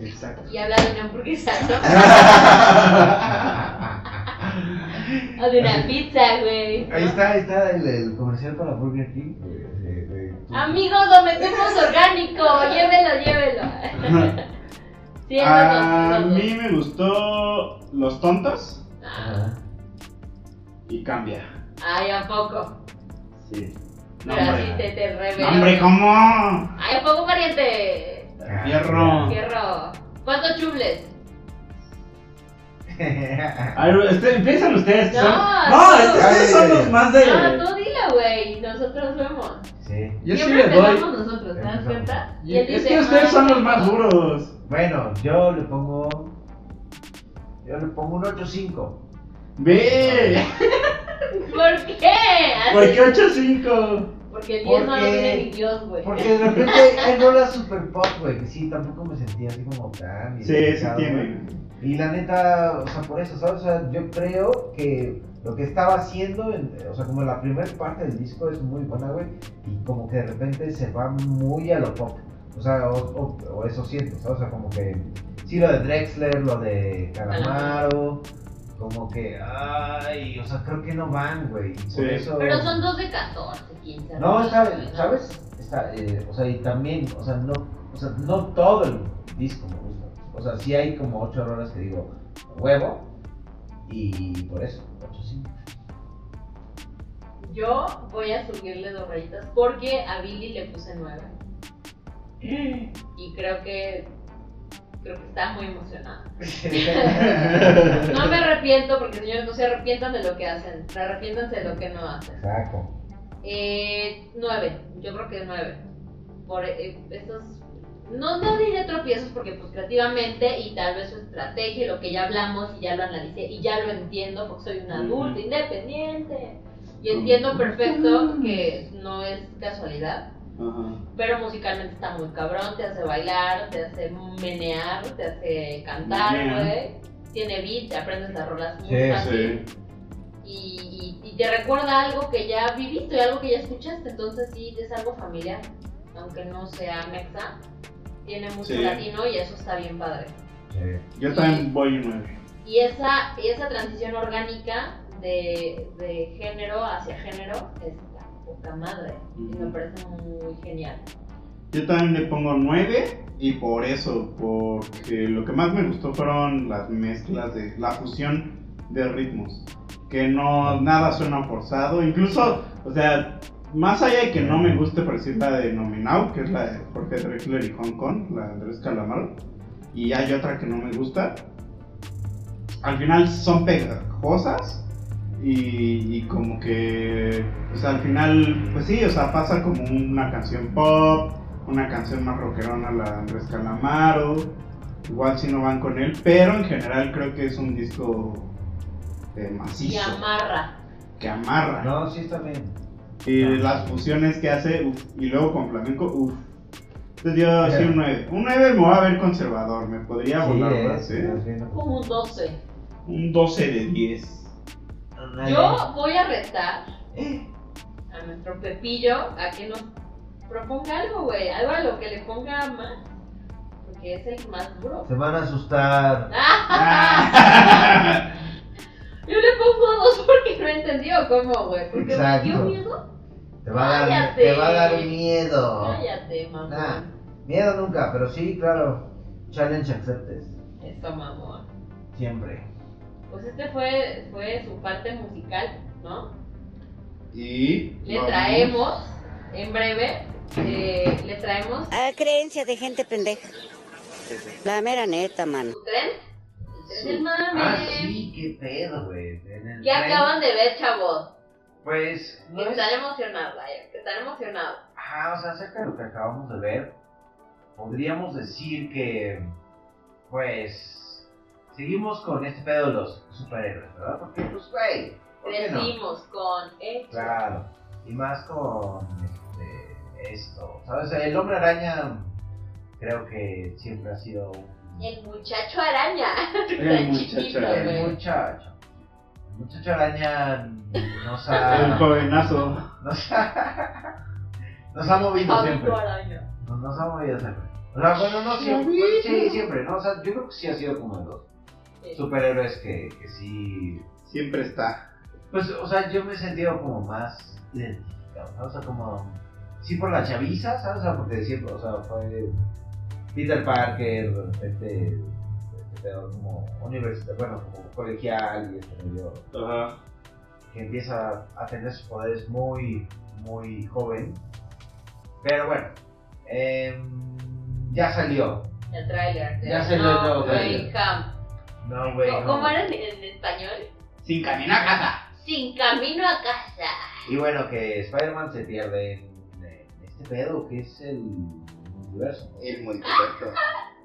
Exacto. Ah,
Y habla de una hamburguesa, ¿no?
O de una pizza, güey. ¿no?
Ahí está, ahí está el, el comercial para Burger King. eh, de- de-
Amigos, lo metemos orgánico. Llévelo, llévelo. Sí,
A
los dos, los dos.
mí me gustó Los Tontos
Ajá,
y Cambia.
Ay, ¿a poco?
sí.
No,
Pero
hombre.
así te, te revelo.
No, hombre, ¿cómo?
Ay, ¿a poco, pariente?
Fierro.
Fierro. ¿Cuántos chubles?
A ver, usted- empiezan ustedes. que
No,
son-
tú.
No, estos ustedes son los más de.
No, tú dilo, güey. Nosotros vemos.
sí.
Yo sí
Siempre
le doy.
empezamos nosotros, ¿te das
Empezamos.
cuenta? Y él
Es
dice,
que ustedes
"Ay,
son los
no".
más duros.
Bueno, yo le pongo. Yo le pongo un 8.5.
Ve.
¿Por qué? Así-
¿Por qué 8-5?
Porque el 10 no lo
Porque-
tiene ni Dios, güey.
Porque de repente él no era super pop, güey. que Sí, tampoco me sentía así como tan.
Sí, sí
identificado, güey.
tiene.
Y la neta, o sea, por eso, ¿sabes? O sea, yo creo que lo que estaba haciendo, en- o sea, como la primera parte del disco es muy buena, güey, y como que de repente se va muy a lo pop. O sea, o, o- o eso siento, ¿sabes? O sea, como que. Sí, lo de Drexler, lo de Calamaro, como que. Ay, o sea, creo que no van, güey. y
Sí.
Por eso.
Pero son dos de 14, 15.
No,
¿no?
está, ¿sabes? Está, eh, o sea, y también, o sea, no, o sea, no todo el disco me gusta. O sea, sí hay como ocho rolas que digo, huevo, y por eso, ocho sí.
Yo voy a subirle dos rayitas porque a Billy le puse nueve. Y creo que. Creo que estaba muy emocionada. No me arrepiento porque, señores, no se arrepientan de lo que hacen. Arrepiéntanse de lo que no hacen.
Exacto.
Eh, nueve. Yo creo que nueve. Por eh, estos. No, no diré tropiezos porque, pues, creativamente y tal vez su estrategia, y lo que ya hablamos y ya lo analicé y ya lo entiendo porque soy una adulta
Ujú.
independiente. Y entiendo perfecto que no es casualidad.
Ajá.
Pero musicalmente está muy cabrón, te hace bailar, te hace menear, te hace cantar,
Menear.
güey. Tiene beat, te aprendes las rolas muy
Sí,
fácil.
sí.
Y, y- y te recuerda algo que ya viviste y algo que ya escuchaste, entonces sí, es algo familiar. Aunque no sea mexa, tiene mucho
Sí.
latino y eso está bien padre.
Yo también voy un 9.
Y esa, y esa transición orgánica de, de género hacia género está poca madre. Y me
Ujú.
parece muy genial.
Yo también le pongo 9 y por eso, porque lo que más me gustó fueron las mezclas de la fusión de ritmos, que no nada suena forzado, incluso, o sea, más allá de que no me guste por decir la de Nominau, que es la de Jorge Drexler y Hong Kong, la de Andrés Calamaro, y hay otra que no me gusta, al final son pegajosas y, y como que pues al final pues sí o sea pasa como una canción pop una canción más rockerona la de Andrés Calamaro igual si no van con él pero en general creo que es un disco eh,
Y
macizo
amarra.
que amarra
No, sí está bien.
y las fusiones que hace uf, y luego con flamenco uff entonces yo sí un 9 un 9 me voy a ver conservador me podría
Sí,
volar
es,
más ¿eh?
más bien.
como un 12.
un 12 de 10
Yo voy a retar eh, a nuestro Pepillo a que nos proponga algo, güey. Algo a lo que le ponga más. Porque es el más duro.
Se van a asustar. Ah.
Yo le pongo dos porque no entendió cómo, güey. Porque me dio
Exacto.
miedo.
Te va a dar,
Cállate.
te va a dar miedo. Ah.
Cállate, mamón.
Nah, miedo nunca, pero sí, claro. Challenge acceptes.
Eso, mamón.
Siempre.
Pues este fue, fue su parte musical, ¿no?
Y
Le
vamos.
traemos, en breve, eh, le traemos
A creencia de gente pendeja. La mera neta, mano.
su tren. El tren del mame.
Ah, sí, qué pedo, güey. En el
¿Qué
tren,
acaban de ver, chavos?
Pues, no
Que
es
están emocionados, vaya, que están emocionados.
Ajá, o sea, acerca de lo que acabamos de ver, podríamos decir que, pues, seguimos con este pedo de los superhéroes, ¿verdad? Porque, pues, güey, ¿por qué no?
Crecimos con eh,
Claro, y más con este, esto, ¿sabes? El hombre araña creo que siempre ha sido un...
el muchacho araña.
El muchacho.
Chiquito, güey.
El muchacho. El muchacho araña nos
El
ha...
jovenazo.
nos ha, nos ha movido siempre.
Amigo araña.
No, no se ha movido siempre. O sea, bueno, no siempre. Sí, siempre, ¿no? O sea, yo creo que sí ha sido como de los
Sí.
superhéroes que, que sí
siempre está.
Pues, o sea, yo me he sentido como más identificado, ¿no? O sea, como. Sí, por la chaviza, ¿sabes? O sea, porque siempre, o sea, fue. Peter Parker, este. este pedo como universidad, bueno, como colegial y este medio.
Ajá.
que empieza a tener sus poderes muy, muy joven. Pero bueno, em, ya salió.
El tráiler.
Ya se
No
lo- lo-
Way Home.
No, güey. no.
¿Cómo era en, en español?
Sin caminar a casa.
Sin camino a casa.
Y bueno, que Spider-Man se pierde en, en este pedo que es el universo.
El multiverso.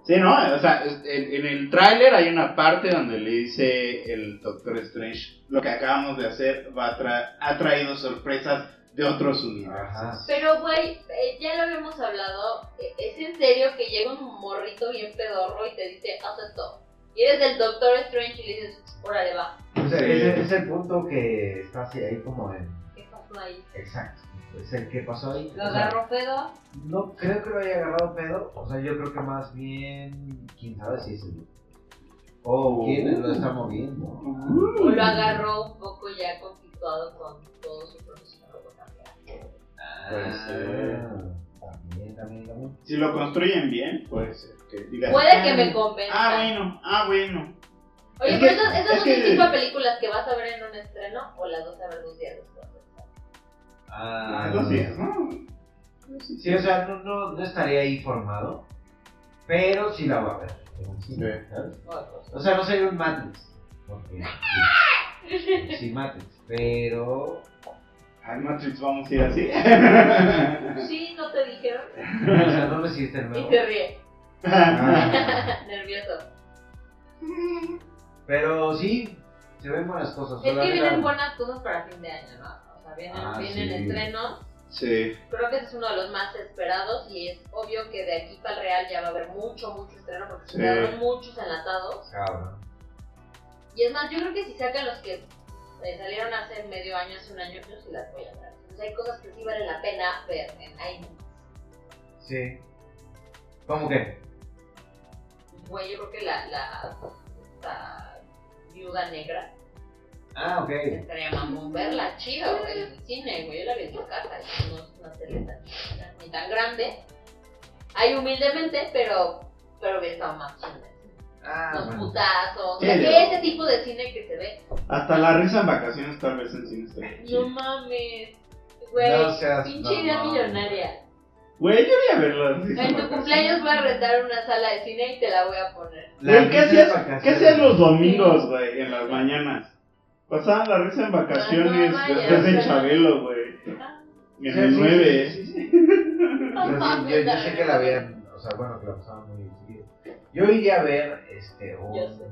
Sí, ¿no? O sea, es- en, en el tráiler hay una parte donde le dice el Doctor Strange, lo que acabamos de hacer va a tra- ha traído sorpresas de otros universos.
Ajá.
Pero, güey, eh, ya lo habíamos hablado. eh, Es en serio que llega un morrito bien pedorro y te dice, haz esto. Y eres del Doctor Strange y le dices, órale, va.
O sea,
Sí.
ese es el punto que está así ahí como en.
¿Qué pasó ahí?
Exacto. Es el que pasó ahí.
Lo
O sea,
agarró pedo.
No creo que lo haya agarrado pedo. O sea, yo creo que más bien. Quién sabe si es el. O quién lo está moviendo.
O lo agarró un poco ya conflictuado con todo su profesorado.
Pues,
Ah.
eh, también, también, también.
Si lo construyen bien, pues, puede ser que digas.
Puede que
"Ah,
me convenza.
Ah, bueno, ah, bueno.
Oye, pero
Es que-
esas, esas
es
son
que-
el tipo de películas que vas a ver en un estreno o las vas a ver dos días después.
Ah,
Algo así es, ¿no? Sí,
Sí, o sea, no, no, no estaría ahí formado, pero sí la va a ver. en el cine, ¿sabes? O sea, no sería un Matrix. Porque sí, sí, Matrix, pero.
Al Matrix vamos a ir así.
Sí, no te dijeron.
O sea, no resiste el
Y
nuevo.
te ríe.
Ah,
Nervioso.
pero sí, se ven buenas cosas.
Es que
solamente-
vienen buenas cosas para fin de año, ¿no? O sea, vienen,
Ah,
vienen
sí.
estrenos.
sí.
Creo que ese es uno de los más esperados y es obvio que de aquí para el Real ya va a haber mucho, mucho estreno porque se
Sí.
quedaron muchos enlatados.
Cabrón.
Y es más, yo creo que si sacan los que eh, salieron hace medio año, hace un año, yo sí las voy a ver. Entonces hay cosas que sí vale la pena ver en IMAX.
Sí. ¿Cómo que?
Güey, yo creo que la, la, la viuda negra
Ah, ok.
estaría mamón verla, chido, güey, en el cine, güey, yo la vi en mi casa, y no es una tele tan chiquita, ni tan grande. Ahí humildemente, pero, pero hubiera estado más chida.
Ah,
Los
bueno.
putazos, o sea,
Sí,
que
yo-
ese tipo de cine que se ve.
Hasta la risa en vacaciones tal vez en cine está
No
chido.
mames, güey,
No seas
pinche idea
mamón.
millonaria.
Güey, yo voy a verlo en risa
En tu
vacaciones.
cumpleaños voy a rentar una sala de cine y te la voy a poner.
Güey, ¿qué
La risa en
hacías, ¿Qué
vacaciones.
hacías los domingos, güey? En las mañanas. Pasaban la risa en
Ah,
vacaciones
no, vaya,
después
o
de
sea.
Chabelo, güey.
Sí,
En el
sí,
9.
sí, sí, sí.
No
Pero sí, yo,
mames,
yo sé que la veían, o sea, bueno, que la pasaban muy seguido. Yo iría a ver, este, un-
Yo sé.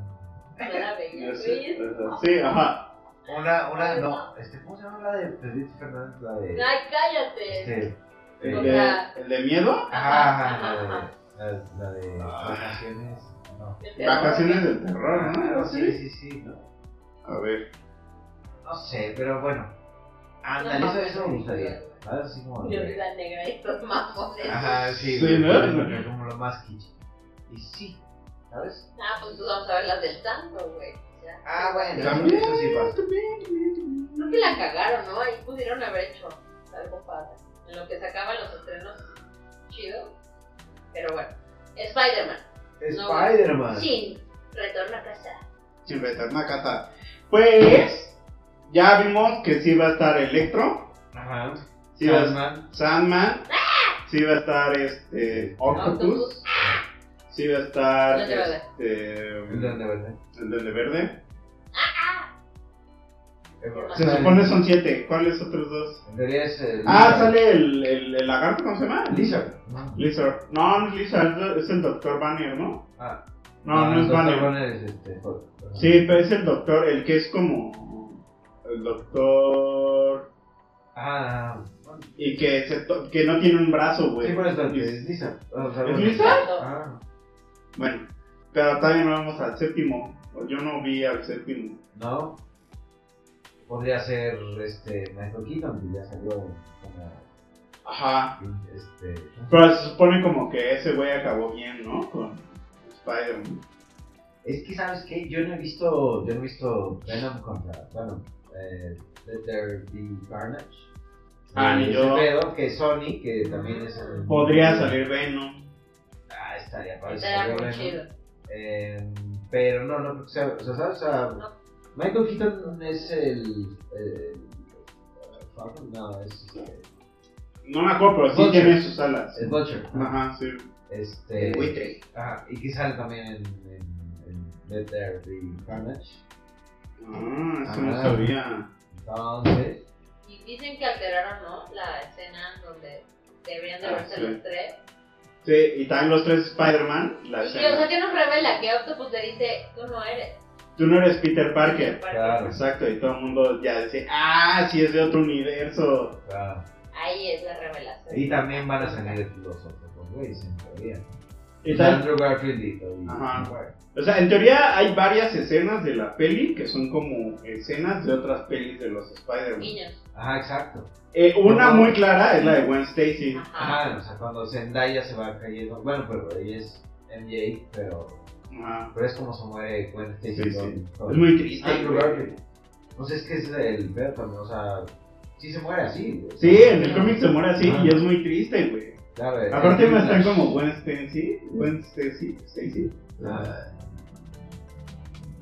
me la veía,
Yo
güey,
sé, ajá. Sí, ajá.
una, una, no, este, ¿cómo se llama la de Pedrito Fernández? La de,
Ay, cállate.
este,
¿El
O
de,
sea.
el de miedo?
ajá, ajá,
Ah, Ajá.
la de, la, la de
Ah.
vacaciones, no.
Vacaciones del terror, ¿no? Algo
Ah, sí, sí,
así.
sí, no,
A ver.
no sé, pero bueno, ándale,
No,
eso,
no,
eso me
no,
gustaría,
no, no.
¿sabes? Así como,
Mi vida negra y estos mamones.
ajá, sí,
Sí, ¿no?
como- como lo más kitsch, y sí, ¿sabes?
Ah, pues pues vamos a ver las del santo, güey. o sea.
Ah, bueno,
También.
eso sí pasa.
Creo que la cagaron, ¿no? Ahí pudieron haber hecho algo padre. En lo que sacaban los estrenos, chido. Pero bueno, Spider-Man.
Ah.
Spider-Man.
Sin retorno a casa.
Sin retorno a casa. Pues, ya vimos que sí va a estar Electro.
Ajá.
Sí va a estar
Sandman.
Sandman. Sí va a estar este, Octopus.
Autobús.
Sí va a estar
Duende Verde.
este,
El Duende Verde.
el Duende Verde.
Se
Se supone son siete. ¿Cuáles otros dos?
En teoría es el.
Ah, sale el, el, el lagarto, ¿cómo se llama?
Lizard.
Lizard. No, no es Lizard, es el Doctor Banner, ¿no?
Ah.
No, no, es
Dr.
Banner.
Banner es este. Hulk. Ajá.
Sí, pero es el Doctor, el que es como el Doctor
Ah,
y que se to- que no tiene un brazo,
sí,
güey.
por eso es Lizard. O sea,
¿Es
bueno.
Lizard?
Ah,
Bueno, pero todavía no vamos al séptimo. o Yo no vi al séptimo.
no. Podría ser este. Michael Keaton, que ya salió como.
Ajá.
Este.
Pero se supone como que ese güey acabó bien, ¿no? Con Spider-Man.
Es que, ¿sabes qué? Yo no he visto, yo no he visto Venom contra, bueno, eh, Let There Be Carnage.
Ah,
Eh,
ni
ese
yo.
pedo que Sony, que también es... el-
Podría salir Venom.
Ah, estaría padre.
pues,
Será
estaría
muy
bueno.
chido.
Eh, pero no, no creo que sea, o sea, ¿sabes? O sea,
No.
Michael Keaton es el... eh, Falcon, no, es... eh,
No me acuerdo, pero sí
Vulture.
tiene sus alas.
El Vulture.
Ajá, sí.
Este...
El buitre.
Ajá, y que sale también en, en, en Let There Be Carnage.
Ah, eso no
Ah.
sabía.
Entonces,
Y dicen que alteraron, ¿no? La escena donde deberían de
Ah,
verse
sí.
los tres.
Sí, y también los tres Spider-Man. La
Y, o
escena.
sea, que nos revela que Octopus le dice, tú no eres.
Tú no eres Peter Parker.
claro,
Exacto, y todo el mundo ya dice, ah, sí es de otro universo.
claro.
Ahí es la revelación.
Y también van a salir los otros güeyes en teoría.
Y tal-
Andrew Garfield y Tobey
Ajá.
Maguire.
O sea, en teoría hay varias escenas de la peli que son como escenas de otras pelis de los Spider-Man.
Niños.
Ajá, exacto.
Eh, una muy clara es la de Gwen Stacy.
Ajá.
Ajá, Ah, o sea, cuando Zendaya se va cayendo. Bueno, pero ella es MJ, pero,
Ajá.
pero es como se muere Gwen Stacy. Ah,
Sí, sí.
con- con
Es muy triste.
Andrew
güey.
Garfield. O sea, es que es el peor también, o sea, sí se muere así. güey.
Sí, en el cómic se muere así
Ajá.
y es muy triste, güey.
Claro, eh,
Aparte
Ah. es
me están
una-
como Gwen Stacy, Gwen Stacy, Stacy.
Ah,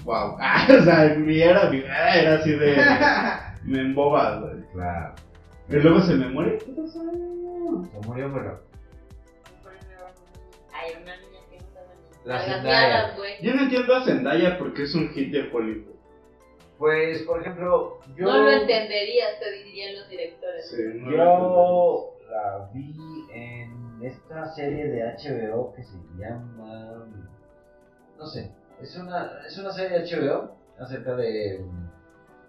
Wow. Ah, o sea, mi era, mi ah, era así de me emboba, güey.
claro,
Pero luego se me muere. ¿Qué pasó?
se murió, pero.
Hay una niña que usa
La
las
Zendaya.
garras, güey.
Yo no entiendo a Zendaya porque es un hit de Hollywood.
Pues, por ejemplo, yo.
No lo entenderías, te dirían los directores.
Sí, no lo
Yo la vi en esta serie de HBO que se llama. No sé, es una, es una serie de HBO acerca de mm,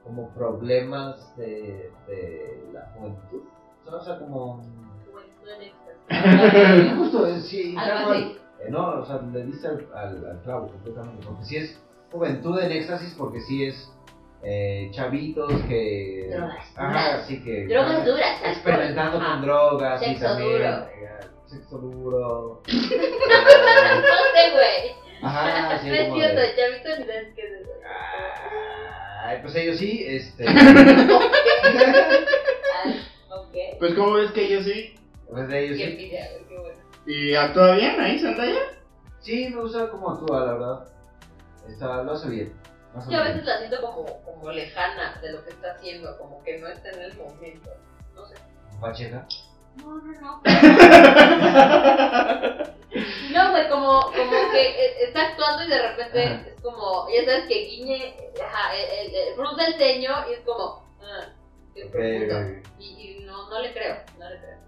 como problemas de, de la juventud. O sea, como.
Juventud en éxtasis.
Sí, Justo, es- sí, tal
Algo
cual.
así.
Eh, no, o sea, le diste al, al, al clavo completamente. Porque si es juventud en éxtasis, porque si es eh, chavitos que.
Drogas.
Ajá, así que.
Drogas duras. alcohol.
experimentando con
Ajá.
drogas y
Sexo
también
duro.
eh, sexo duro.
No sé, güey.
Ajá, sí,
no es
como de-
cierto, ya viste el dance que es eso.
Ay, pues ellos sí, este.
Ah, ok.
entiendo. Pues como ves que yo sí.
pues de ellos
Qué
sí.
envidia, güey, qué bueno.
¿Y actúa bien ahí Zendaya?
Sí, me gusta cómo actúa, la verdad. Está, lo hace bien. más o
Yo a
menos.
veces la siento como, como lejana de lo que está haciendo, como que no está en el momento. No sé.
Pacheca.
No, no, no. No, güey, como, como que eh, está actuando y de repente
Ajá.
es como, ya sabes que guiñe, ajá, el, el, el bruce del ceño y es como, ah, qué
Ok,
profundo.
ok.
Y, y no, no le creo, no le creo.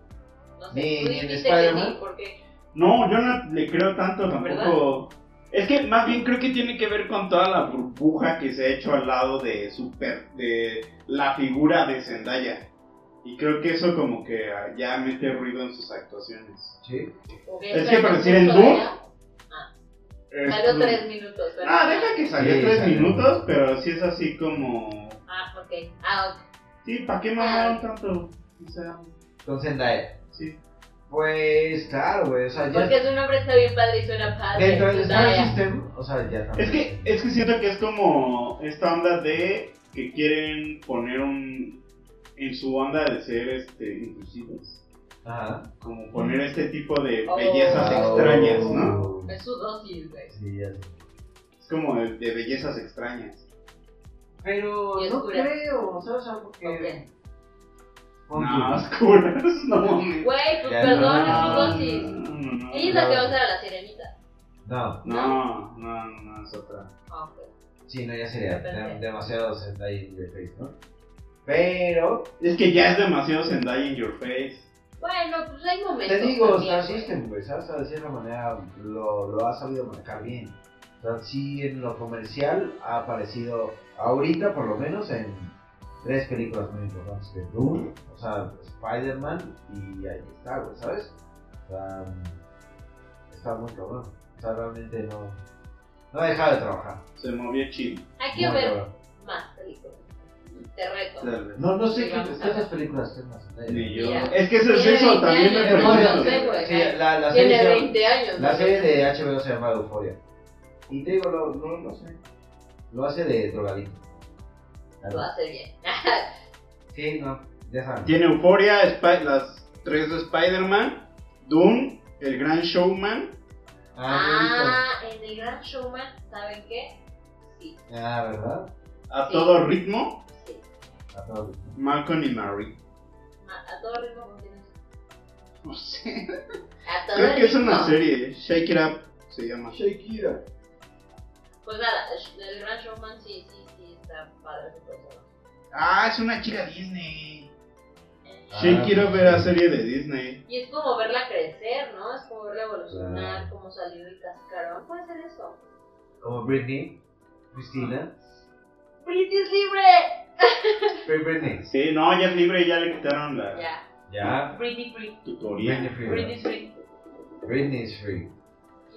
No sé,
Ni-
tú
ni
dijiste
en
que sí,
Spider-Man.
porque
No, yo no le creo tanto tampoco. Es que más bien creo que tiene que ver con toda la burbuja que se ha hecho al lado de super de la figura de Zendaya. Y creo que eso como que ah, ya mete ruido en sus actuaciones.
Sí.
porque
Es que
fue
por
un
decir, en
punto
Doom-
ya,
Esto-
Salió tres minutos, pero.
Ah, deja que salió
Sí,
tres
salió.
minutos, pero sí es así como...
Ah, ok. Ah, ok.
Sí, ¿para qué mamaron tanto? O sea,
Entonces, Zendaya.
sí.
Pues claro, güey. O sea, ya
Porque su nombre está bien padre y suena padre.
dentro del Star
Zendaya.
System, o sea, ya
Es
también.
que, es que siento que es como esta onda de que quieren poner un... en su onda de ser este, inclusivos.
Ajá.
Como poner este tipo de
Oh.
bellezas
Ah,
extrañas, ¿no?
Es su dosis, güey.
Sí, ya sé.
Es como de, de bellezas extrañas.
Pero
Y
no
oscuras.
creo, ¿sabes? O sea, porque.
Ok.
Ponte.
No, oscuras, no.
Güey, pues
Ya
perdón, es su
no.
dosis.
no, no,
Ella es la que
no.
va a usar a la sirenita.
No,
no, no, no, es otra.
Ah, ok.
sí, no, ya sería
Depende.
de- demasiado Zendaya in your face, ¿no? Pero,
Es que ya es demasiado Zendaya in your face.
Bueno, pues hay momentos.
te digo,
también,
Star
güey.
System, güey, ¿sabes? O sea, de cierta manera lo, lo ha sabido marcar bien. O sea, sí, en lo comercial ha aparecido, ahorita por lo menos, en tres películas muy importantes que es Doom, o sea, Spider-Man y ahí está, güey, ¿sabes? O sea, está muy cabrón. O sea, realmente no, no ha dejado de trabajar.
Se movió chido.
Hay que
Muy
ver
cabrón.
más películas. Te reto.
Tal vez.
No, no sé
Sí,
qué
vamos a
cuántas
ver.
películas tengas.
Ni yo.
Mira.
Es que eso es
Tiene
eso,
20
también me
años,
pregunto.
no sé, güey.
Sí, la, la serie
Pues, Tiene
se llama-
20 años.
la
¿no?
serie de HBO se llama Euforia. Y te digo, lo, no, no sé. Lo hace de drogadito.
Lo hace bien.
Ah, Sí, no, ya sabes.
Tiene Euforia, las tres de Spider-Man, Doom, El Gran Showman.
ah, en el Gran Showman, ¿saben qué? Sí.
Ah, ¿verdad?
A
Sí.
todo ritmo,
Sí.
A todo.
Malcolm y Mary.
A, a todo ritmo continúa.
No sé.
A todo
Creo que es
ritmo.
una serie. ¿eh? Shake It Up se llama.
Shakira.
Pues nada, el- el Gran Showman sí, sí, sí, está padre ese personaje.
Ah, es una chica Disney.
Eh,
Ah. Shake It Up era serie de Disney.
Y es como verla crecer, ¿no? Es como verla evolucionar, como salir del cascarón. Puede ser eso.
Como Britney, Cristina.
¡Britney es libre!
Free Britney.
Sí, no, ya es libre y ya le quitaron la
Ya.
Ya.
Britney free.
Britney
tutoría.
Free.
Britney
¿verdad?
free.
Britney is free.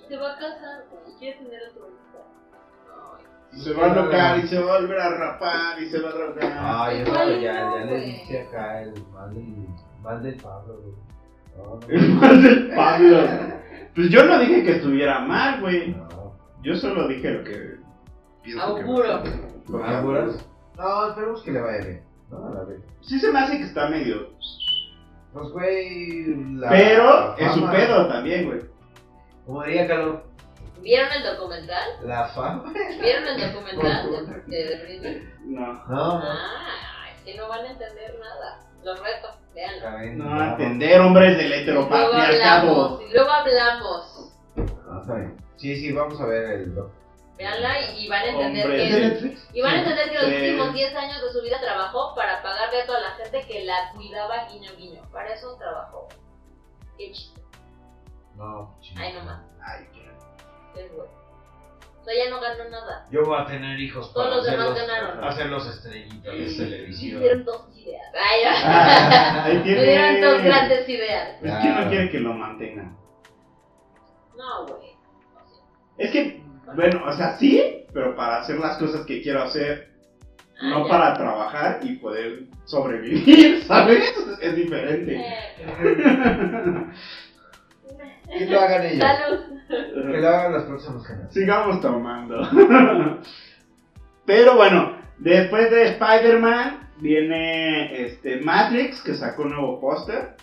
Y se va a casar y quiere tener otro hijo. Ay.
Se va a locar y se va a volver a rapar y se va a drogar.
Ay,
Ah. Ay,
yo
¿cuál
ya,
no,
ya le
güey?
dije acá el mal del, mal del Pablo, güey. No,
El mal del Pablo. Pues yo no dije que estuviera mal, güey.
no, no.
Yo solo dije lo que
Ah,
pienso. que-
Auguro.
Lo que
¿Auguras? No, esperemos que le vaya bien. No, a la vez.
pues, Sí se me hace que está medio.
Pues, güey. La
Pero es su
fama-
pedo también, güey.
Como diría Carlos,
¿Vieron el documental?
la fama.
¿Vieron el documental de, de, de Britney?
No.
No, no.
Ah, es que no van a entender nada. Los retos, véanlo.
también,
No
la
a
fama.
entender, hombres del
Y luego
heteropatriarcado.
hablamos, y luego hablamos.
No, está bien. Sí, sí, vamos a ver el doc.
Véanla y, y van a entender
Hombres
que...
de Netflix.
Y van a entender que los
Sí.
últimos 10 años de su vida trabajó para pagarle a toda la gente que la cuidaba guiño guiño. Para eso trabajó. Qué chiste.
No, chingada.
Ay, no más.
Ay, qué-
Es bueno. O sea, ya no ganó nada.
Yo voy a tener hijos
Todos
para
los demás
hacerlos-
ganaron.
Hacerlos estrellitas de televisión.
Hicieron dos ideas. Ay,
Ah, ahí tiene.
Tuvieron dos grandes ideas.
Es que no quiere que lo mantengan.
No, güey.
Es que, bueno, o sea, sí, pero para hacer las cosas que quiero hacer,
Ah,
no
ya.
para trabajar y poder sobrevivir, ¿sabes? Es diferente.
Eh,
Que lo hagan ellos.
Salud.
Que lo hagan las próximas generaciones.
Sigamos tomando. Pero bueno, después de Spider-Man viene este Matrix, que sacó un nuevo póster,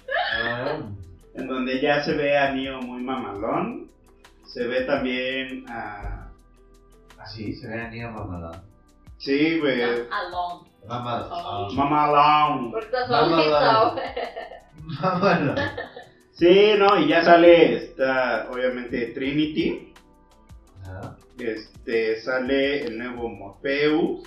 Ah,
en donde ya se ve a Neo muy mamalón. Se ve también a...
así se vean niños mamalón.
Sí, güey.
Alone.
Mamalón.
Mamalón.
Porque estás
Vamos a
solito.
Mamalón.
Sí, no, y ya sale esta, obviamente, Trinity.
Ah,
Este, sale el nuevo Morpheus.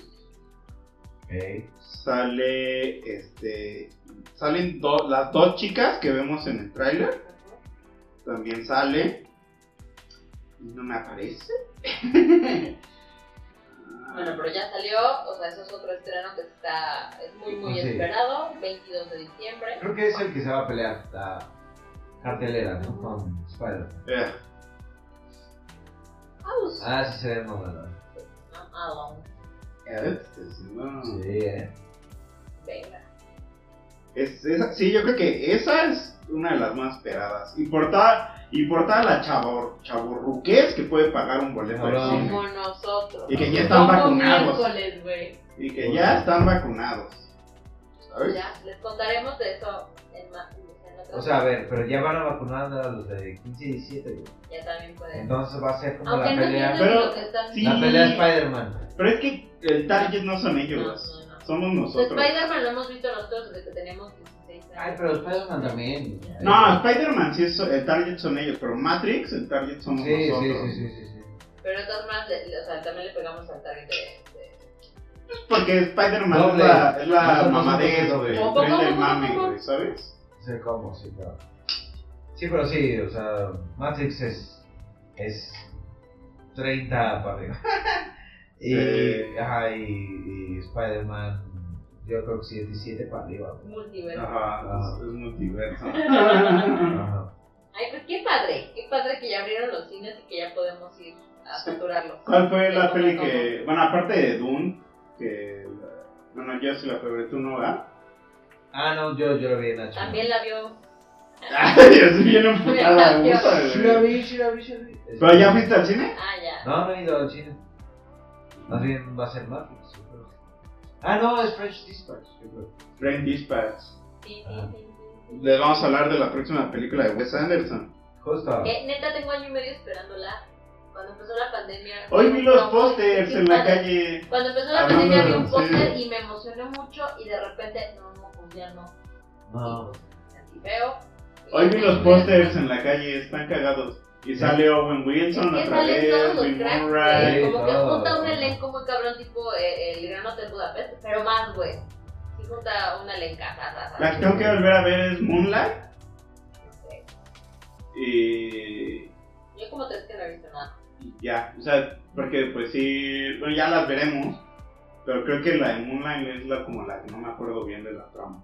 ok.
Sale, este, salen do- las dos chicas que vemos en el tráiler. también sale. Y no me aparece. Eh,
Bueno, pero ya salió. O sea, eso es otro estreno que está. Es muy, muy
Ah, Sí.
esperado. 22 de diciembre.
Creo que es el que se va a pelear la cartelera, ¿no? Con Spider-Man.
Eh,
House.
Ah, sí se ve mamalón.
Alone.
este, sí, no.
Sí, eh.
Venga.
Es- esa- sí, yo creo que esa es una de las más esperadas. Y por toda, y por toda la chavor, chavorruquez que puede pagar un boleto de
Cabrón.
cine.
Como nosotros.
Y que ya están
Como
vacunados.
miércoles, güey.
Y que ya están vacunados. ¿Sabes?
Ya, les contaremos de eso en más. En otro
O sea, a ver, pero ya van a vacunar a los de 15 y 17, güey.
ya también pueden.
Entonces va a ser como
Aunque
la
no
pelea.
entiendan
Pero-
lo que están
sí.
La pelea Spider-Man.
Pero es que el target no son
No,
ellos.
no, no.
Somos nosotros.
Spider-Man lo hemos visto nosotros desde que tenemos 16 años.
Ay, pero Spider-Man también.
No, Spider-Man sí es, el target son ellos, pero Matrix el target somos
Sí, sí,
nosotros.
sí, sí, sí, sí.
Pero de todas maneras, le- le- o sea, también le pegamos al target de. de-
Porque Spider-Man es
Doble.
la, es la
Nosotros
mamadez,
somos
güey.
doble.
El tren del mame, güey, ¿sabes?
Sé cómo, sí, claro. Sí, pero sí, o sea, Matrix es. es 30 para arriba. y,
Sí.
ajá, y, y Spider-Man, yo creo que sí es 17 para arriba. güey.
Multiverso.
Ajá, es, es multiverso.
Ajá.
Ay, pues qué padre. Qué padre que ya abrieron los cines y que ya podemos ir a saturarlos.
¿Cuál fue la
Pero
peli
no,
que. Bueno, aparte de Dune, que. Bueno, yo sí la fue, tú no, ¿verdad?
Ah, no, yo, yo lo vi en
no.
HBO.
También la vio.
Ay, yo estoy bien emputada,
Me
puta,
cambió.
Sí
güey.
la vi, sí la vi, sí la vi.
¿Pero ya fuiste al cine?
Ah, ya.
No, no he ido al cine. Más bien va a ser Matrix. yo creo. Ah, no, es French Dispatch. yo creo.
Brain Dispatch.
Sí, sí, sí, sí.
Les vamos a hablar de la próxima película de Wes Anderson.
Justo.
Eh, neta, tengo año y medio esperándola. Cuando empezó la pandemia.
Hoy vi los
No,
pósters
sí,
en la
padre.
calle.
Cuando empezó la
Hablando
pandemia
de
vi un
los-
póster y me emocioné mucho y de repente, no, no, pues ya no. pues,
No.
Así veo.
Hoy vi los pósters en la calle, están cagados. Y sale Owen
Es
Wilson
que
otra
salen todos
vez,
los
Bill
cracks,
Murray.
güey. Como que
todos.
junta un elenco muy cabrón, tipo eh, el Gran Hotel Budapest, pero más, güey. Sí junta una elenca.
La que tengo que volver a ver es Moonlight. Y
Yo como tres que no he visto nada.
y ya, o sea, porque pues sí, bueno, ya las veremos. Pero creo que la de Moonlight es la como la que no me acuerdo bien de la trama.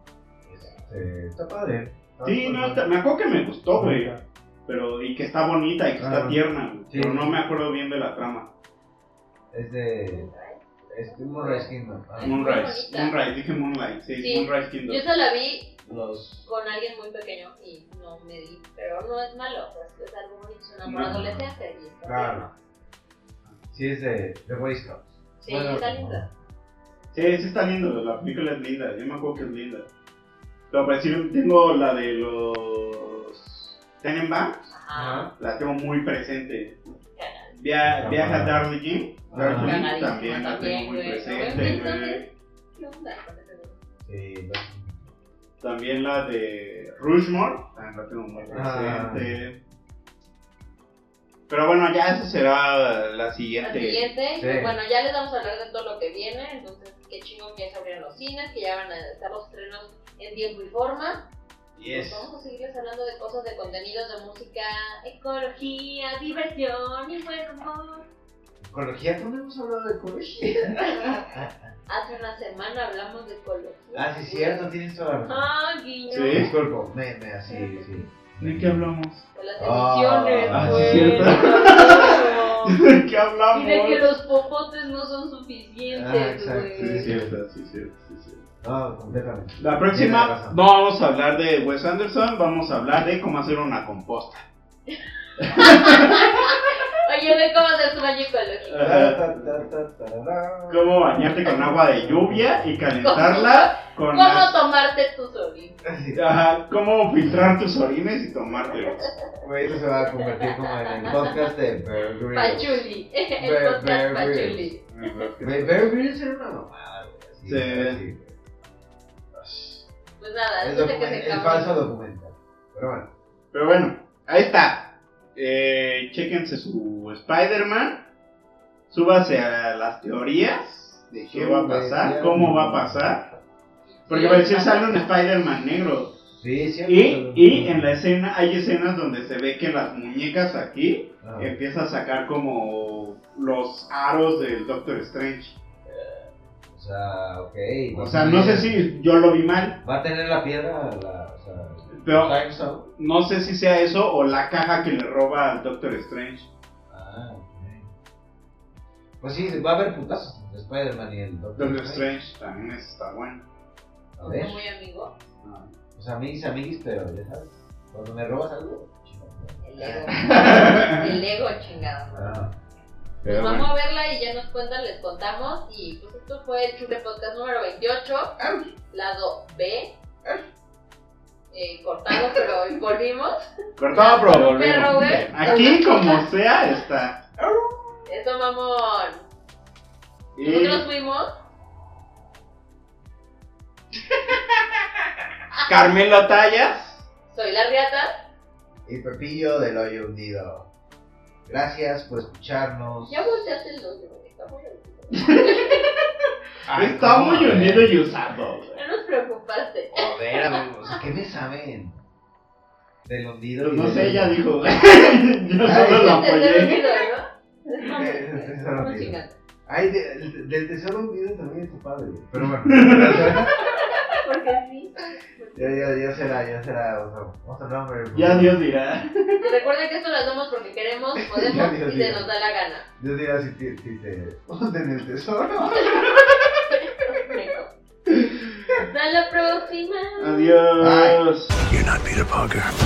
Este, está padre. Está
Sí,
padre.
no, está- me acuerdo que me gustó, güey. Pero, y que está bonita y que está
Ah,
tierna, güey,
sí.
Pero no me acuerdo bien de la trama.
Es de. Es de Moonrise Kingdom. Ah,
Es muy
Moonrise,
bonita.
Moonrise, dije Moonlight, sí,
Sí.
Moonrise Kingdom.
Yo se la vi
Los.
con alguien muy pequeño y no me di, pero no es malo, pues es algo bonito, es un amor
No.
adolescente y está
Claro. Sí, es de, de Boy Scouts.
bien. Sí, está linda.
Sí, sí está lindo, la película es linda, yo me acuerdo que es linda. Pero pues sí, tengo la de los Tenenbaums,
Ajá.
la tengo muy presente.
Ganadísima.
Via- Viaja a Darling Jim, Darling Jim
Ganadísima
también la
también,
tengo muy
güey.
presente,
Owen Wilson
güey.
¿Qué onda con ese güey?
Sí, los-
También la de Rushmore, también la tengo muy
Ah.
presente. Pero bueno, ya esa será la
Al
siguiente.
siguiente,
Sí.
pues, bueno, ya les vamos a hablar de todo lo que viene, entonces qué chingón que ya se abrieron los cines, que ya van a estar los estrenos en tiempo y forma. Pues
Yes.
vamos a seguirles hablando de cosas de contenidos de música, ecología, diversión y buen humor.
¿Ecología? ¿Cuándo hemos hablado de ecología?
Hace una semana hablamos de ecología.
ah, sí, cierto, tienes toda la razón.
Ah, guiño.
Sí.
Disculpo, me, me, así, sí.
¿De qué hablamos?
Con las
Ah,
emisiones,
ah, sí,
güey.
cierto.
Claro.
¿De qué
Y
hablamos?
de que los popotes no son suficientes, pues.
Ah, exacto,
güey.
Sí, cierto, sí, cierto, sí, cierto.
No, completamente.
La
Tiene
próxima
razón.
no vamos a hablar de Wes Anderson, vamos a hablar de cómo hacer una composta.
Oye, güey, ¿cómo hacer tu baño ecológico?
Ajá. Cómo bañarte con agua de lluvia y calentarla con
¿Cómo
las-
tomarte tu solín?
Ajá, cómo filtrar tus orines y tomártelos.
Güey, esto se va a convertir como en el podcast de Bear Grylls.
Pachuli. El
Ver-
podcast
ver-
Pachuli.
Güey, Bear Grylls era una mamada, güey. así,
Sí.
así, güey.
Pues nada,
El,
antes de que
documen-
se
el
acabe.
falso documental. Pero bueno,
Pero bueno, ahí está. Eh, chéquense su Spider-Man. Súbase a las teorías de qué va a pasar, cómo va a pasar. Porque va a decir sale un Spider-Man negro.
sí, cierto.
Y, y en la escena hay escenas donde se ve que las muñecas aquí
Ah,
empieza a sacar como los aros del Doctor Strange.
o sea, ok.
O sea, no sé si yo lo vi mal,
Va a tener la piedra, la, o sea,
pero
Time Stone.
no sé si sea eso o la caja que le roba al Doctor Strange.
Ah, ok. Pues sí, va a haber putazos entre Spider-Man y el Doctor
Doctor
Strange.
Strange también eso está bueno.
A ver,
Muy amigo.
pues amiguis, amiguis, pero ya sabes, cuando me robas algo,
El ego. El ego, chingado.
Ah,
Pero
Vamos
bueno.
a verla y ya nos cuentan, les contamos. Y pues esto fue el Churre Podcast número 28, lado B. Eh, cortado, pero hoy volvimos.
Cortado, pero
Perro,
volvemos.
güey.
Aquí como sea está.
Eso, mamón.
Y
Nosotros fuimos.
Carmelo Tallas.
Soy la Riata.
y Pepillo del hoyo hundido. Gracias por escucharnos.
Ya volteaste el dos, güey, está muy bonito.
Ay,
está
¿cómo?
muy unido y usado. güey.
No nos preocupaste.
Joder, amigos, ¿qué me saben? Del hundido.
Pues
y
no
del-
sé, ella dijo, güey. Yo solo la
Te he
apoyé.
metido, ¿no? Es mamón,
Eh,
güey,
es rápido.
muy chingado.
Ay, de- del- del tesoro hundido también es tu padre. Pero bueno,
Porque sí.
ya, ya, ya será, ya será otro, otro nombre.
Ya Dios dirá.
Y Recuerden que esto lo hacemos porque queremos, podemos
Dios
y se
mío.
nos da la gana.
Dios dirá si te, si te hunden el tesoro.
Hasta la próxima.
Adiós.
You're not Peter Parker.